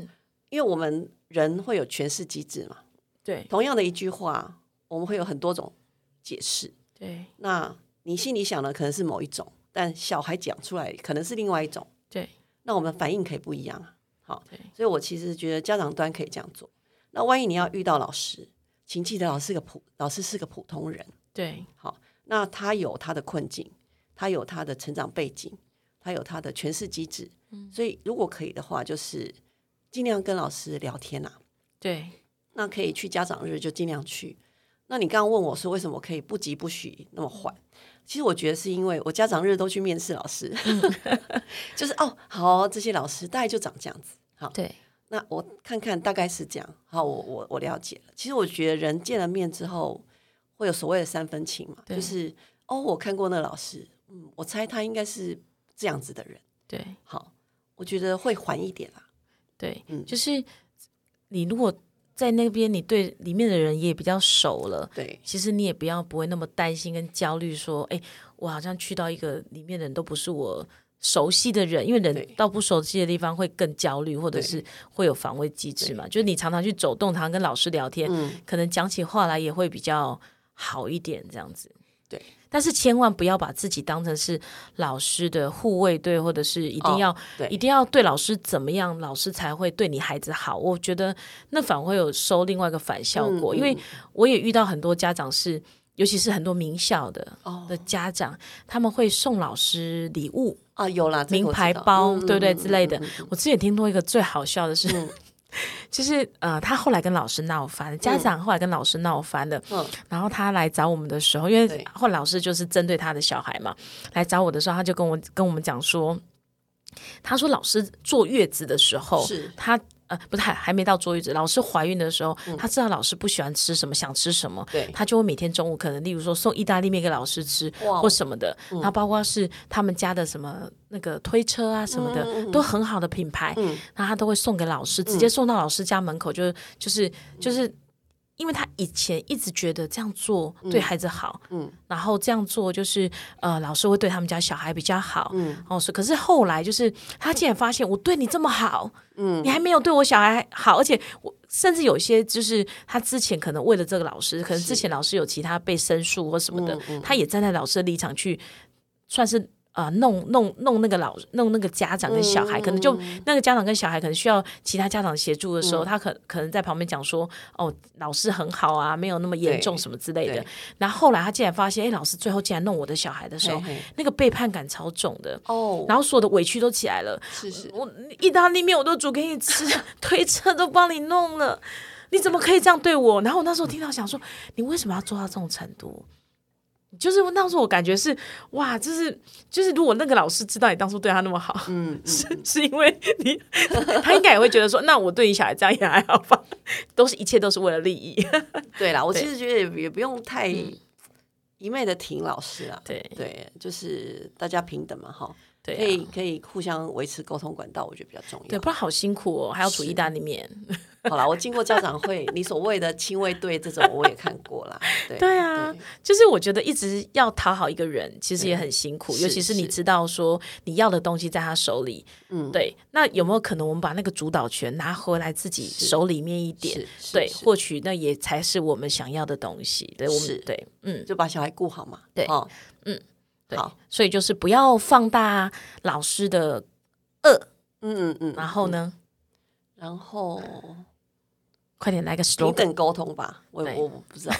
[SPEAKER 2] 因为我们人会有诠释机制嘛，
[SPEAKER 3] 对
[SPEAKER 2] 同样的一句话，我们会有很多种解释。
[SPEAKER 3] 对
[SPEAKER 2] 那你心里想的可能是某一种，但小孩讲出来可能是另外一种。
[SPEAKER 3] 对
[SPEAKER 2] 那我们反应可以不一样啊。好
[SPEAKER 3] 对，
[SPEAKER 2] 所以我其实觉得家长端可以这样做。那万一你要遇到老师，请记得老师是个普，老师是个普通人，
[SPEAKER 3] 对
[SPEAKER 2] 好，那他有他的困境，他有他的成长背景，他有他的诠释机制。所以如果可以的话，就是尽量跟老师聊天啊。
[SPEAKER 3] 对
[SPEAKER 2] 那可以去家长日就尽量去。那你刚刚问我说为什么可以不急不徐那么缓？其实我觉得是因为我家长日都去面试老师，
[SPEAKER 3] 嗯
[SPEAKER 2] 就是哦，好，这些老师大概就长这样子。好，
[SPEAKER 3] 对
[SPEAKER 2] 那我看看大概是这样。好，我我我了解了。其实我觉得人见了面之后，会有所谓的三分情嘛，
[SPEAKER 3] 对
[SPEAKER 2] 就是哦，我看过那个老师，嗯，我猜他应该是这样子的人。
[SPEAKER 3] 对
[SPEAKER 2] 好，我觉得会缓一点啦。
[SPEAKER 3] 对
[SPEAKER 2] 嗯，
[SPEAKER 3] 就是你如果在那边，你对里面的人也比较熟了。
[SPEAKER 2] 对，
[SPEAKER 3] 其实你也不要不会那么担心跟焦虑，说，哎，我好像去到一个里面的人都不是我熟悉的人，因为
[SPEAKER 2] 对
[SPEAKER 3] 人到不熟悉的地方会更焦虑，或者是会有防卫机制嘛。就是你常常去走动，常常跟老师聊天，
[SPEAKER 2] 嗯，
[SPEAKER 3] 可能讲起话来也会比较好一点，这样子。
[SPEAKER 2] 对，
[SPEAKER 3] 但是千万不要把自己当成是老师的护卫队，或者是一
[SPEAKER 2] 哦
[SPEAKER 3] 定要、
[SPEAKER 2] 对
[SPEAKER 3] 一定要对老师怎么样，老师才会对你孩子好。我觉得那反而会有收另外一个反效果，
[SPEAKER 2] 嗯
[SPEAKER 3] 因为我也遇到很多家长是，尤其是很多名校的、
[SPEAKER 2] 哦
[SPEAKER 3] 的家长，他们会送老师礼物，
[SPEAKER 2] 啊，有啦，这个
[SPEAKER 3] 名
[SPEAKER 2] 我知
[SPEAKER 3] 牌
[SPEAKER 2] 道
[SPEAKER 3] 包，
[SPEAKER 2] 嗯
[SPEAKER 3] 对不对
[SPEAKER 2] 嗯
[SPEAKER 3] 之类的
[SPEAKER 2] 嗯嗯嗯。
[SPEAKER 3] 我之前听过一个最好笑的是，
[SPEAKER 2] 嗯
[SPEAKER 3] 就是呃，他后来跟老师闹翻，家长后来跟老师闹翻了。
[SPEAKER 2] 嗯
[SPEAKER 3] 然后他来找我们的时候，因
[SPEAKER 2] 对
[SPEAKER 3] 为后来老师就是针对他的小孩嘛，来找我的时候，他就跟我跟我们讲说，他说老师坐月子的时候，
[SPEAKER 2] 是
[SPEAKER 3] 他。呃，不是还还没到坐月子，老师怀孕的时候，
[SPEAKER 2] 嗯
[SPEAKER 3] 他知道老师不喜欢吃什么，想吃什么，
[SPEAKER 2] 对
[SPEAKER 3] 他就会每天中午可能，例如说送意大利面给老师吃
[SPEAKER 2] 哇哦
[SPEAKER 3] 或什么的，然后包括是他们家的什么那个推车啊什么的，都很好的品牌，
[SPEAKER 2] 嗯
[SPEAKER 3] 然后他都会送给老师，直接送到老师家门口，就是就是就是，因为他以前一直觉得这样做对孩子好，
[SPEAKER 2] 嗯
[SPEAKER 3] 然后这样做就是呃，老师会对他们家小孩比较好，
[SPEAKER 2] 嗯
[SPEAKER 3] 哦，是，可是后来就是他竟然发现我对你这么好，
[SPEAKER 2] 嗯
[SPEAKER 3] 你还没有对我小孩好，而且我甚至有些就是他之前可能为了这个老师，可能之前老师有其他被申诉或什么
[SPEAKER 2] 嗯
[SPEAKER 3] 的，他也站在老师的立场去，算是。啊、弄弄弄那个老弄那个家长跟小孩，可能就
[SPEAKER 2] 嗯
[SPEAKER 3] 那个家长跟小孩可能需要其他家长协助的时候，他可可能在旁边讲说，哦，老师很好啊，没有那么严重
[SPEAKER 2] 对
[SPEAKER 3] 什么之类的
[SPEAKER 2] 对。
[SPEAKER 3] 然后后来他竟然发现，哎，老师最后竟然弄我的小孩的时候，
[SPEAKER 2] 嘿嘿
[SPEAKER 3] 那个背叛感超重的。
[SPEAKER 2] 哦，
[SPEAKER 3] 然后所有的委屈都起来了，
[SPEAKER 2] 是是，
[SPEAKER 3] 我意大利面我都煮给你吃， 推车都帮你弄了，你怎么可以这样对我？然后我那时候听到想说，你为什么要做到这种程度？就是那时候我感觉是哇，就是就是，如果那个老师知道你当初对他那么好，
[SPEAKER 2] 嗯，嗯
[SPEAKER 3] 是是因为你，他应该也会觉得说，那我对你小孩这样也还好吧？都是一切都是为了利益，
[SPEAKER 2] 对啦，我
[SPEAKER 3] 对嗯
[SPEAKER 2] 其实觉得也也不用太一昧的挺老师啊，
[SPEAKER 3] 对
[SPEAKER 2] 对，就是大家平等嘛，哈，
[SPEAKER 3] 对啊
[SPEAKER 2] 可以可以互相维持沟通管道，我觉得比较重
[SPEAKER 3] 对，
[SPEAKER 2] 要。
[SPEAKER 3] 不然好辛苦哦，还要煮意大利面。
[SPEAKER 2] 好啦，我经过家长 会，你所谓的亲卫队这种我也看过啦，对
[SPEAKER 3] 对啊，就是我觉得一直要讨好一个人，其实也很辛苦，
[SPEAKER 2] 是
[SPEAKER 3] 尤其是你
[SPEAKER 2] 是
[SPEAKER 3] 知道说你要的东西在他手里，
[SPEAKER 2] 嗯
[SPEAKER 3] 对。那有没有可能我们把那个主导权拿回来自己手里面一点
[SPEAKER 2] 是？是
[SPEAKER 3] 对，
[SPEAKER 2] 是
[SPEAKER 3] 或许那也才是我们想要的东西。对，我
[SPEAKER 2] 是
[SPEAKER 3] 们对，嗯，
[SPEAKER 2] 就把小孩顾好嘛，
[SPEAKER 3] 对嗯
[SPEAKER 2] 哦，
[SPEAKER 3] 对
[SPEAKER 2] 好。
[SPEAKER 3] 所以就是不要放大老师的恶，
[SPEAKER 2] 嗯嗯嗯，
[SPEAKER 3] 然后呢，
[SPEAKER 2] 然后
[SPEAKER 3] 快点来个
[SPEAKER 2] 平
[SPEAKER 3] slogan。
[SPEAKER 2] 等沟通吧，我
[SPEAKER 3] 对
[SPEAKER 2] 我我不知道，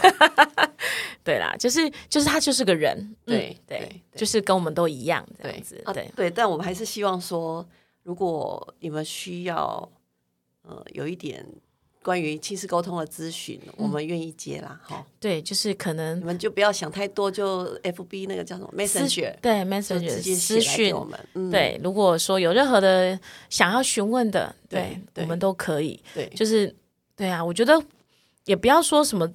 [SPEAKER 3] 对啦，就是就是他就是个人，
[SPEAKER 2] 对
[SPEAKER 3] 嗯对
[SPEAKER 2] 对，对
[SPEAKER 3] 就是跟我们都一样这样
[SPEAKER 2] 对
[SPEAKER 3] 子，
[SPEAKER 2] 啊
[SPEAKER 3] 对，
[SPEAKER 2] 对，但我们还是希望说，如果你们需要，呃，有一点关于亲子沟通的咨询，
[SPEAKER 3] 嗯
[SPEAKER 2] 我们愿意接啦，哈，
[SPEAKER 3] 对，就是可
[SPEAKER 2] 你
[SPEAKER 3] 能
[SPEAKER 2] 们就不要想太多，就 FB 那个叫什么 Messenger，
[SPEAKER 3] 对
[SPEAKER 2] 就
[SPEAKER 3] messenger
[SPEAKER 2] 直接写
[SPEAKER 3] 私
[SPEAKER 2] 来给
[SPEAKER 3] 讯
[SPEAKER 2] 我，们，嗯，
[SPEAKER 3] 对，如果说有任何的想要询问的，对
[SPEAKER 2] 对对
[SPEAKER 3] 我们都可以，
[SPEAKER 2] 对，
[SPEAKER 3] 就是对啊，我觉得也不要说什么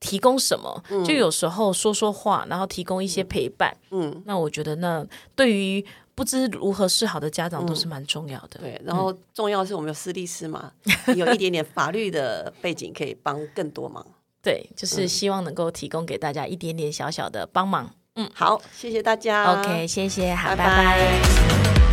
[SPEAKER 3] 提供什么，就有时候说说话，然后提供一些陪伴，
[SPEAKER 2] 嗯，
[SPEAKER 3] 那我觉得那对于不知如何是好的家长都是蛮重要的，
[SPEAKER 2] 嗯对，然后重要的是我们有私律师嘛，你有一点点法律的背景可以帮更 多忙。
[SPEAKER 3] 对，
[SPEAKER 2] 嗯
[SPEAKER 3] 就是希望能够提供给大家一点点小小的帮忙。
[SPEAKER 2] 好，谢谢大家。
[SPEAKER 3] OK，谢谢，好，
[SPEAKER 2] 拜
[SPEAKER 3] 拜拜
[SPEAKER 2] 拜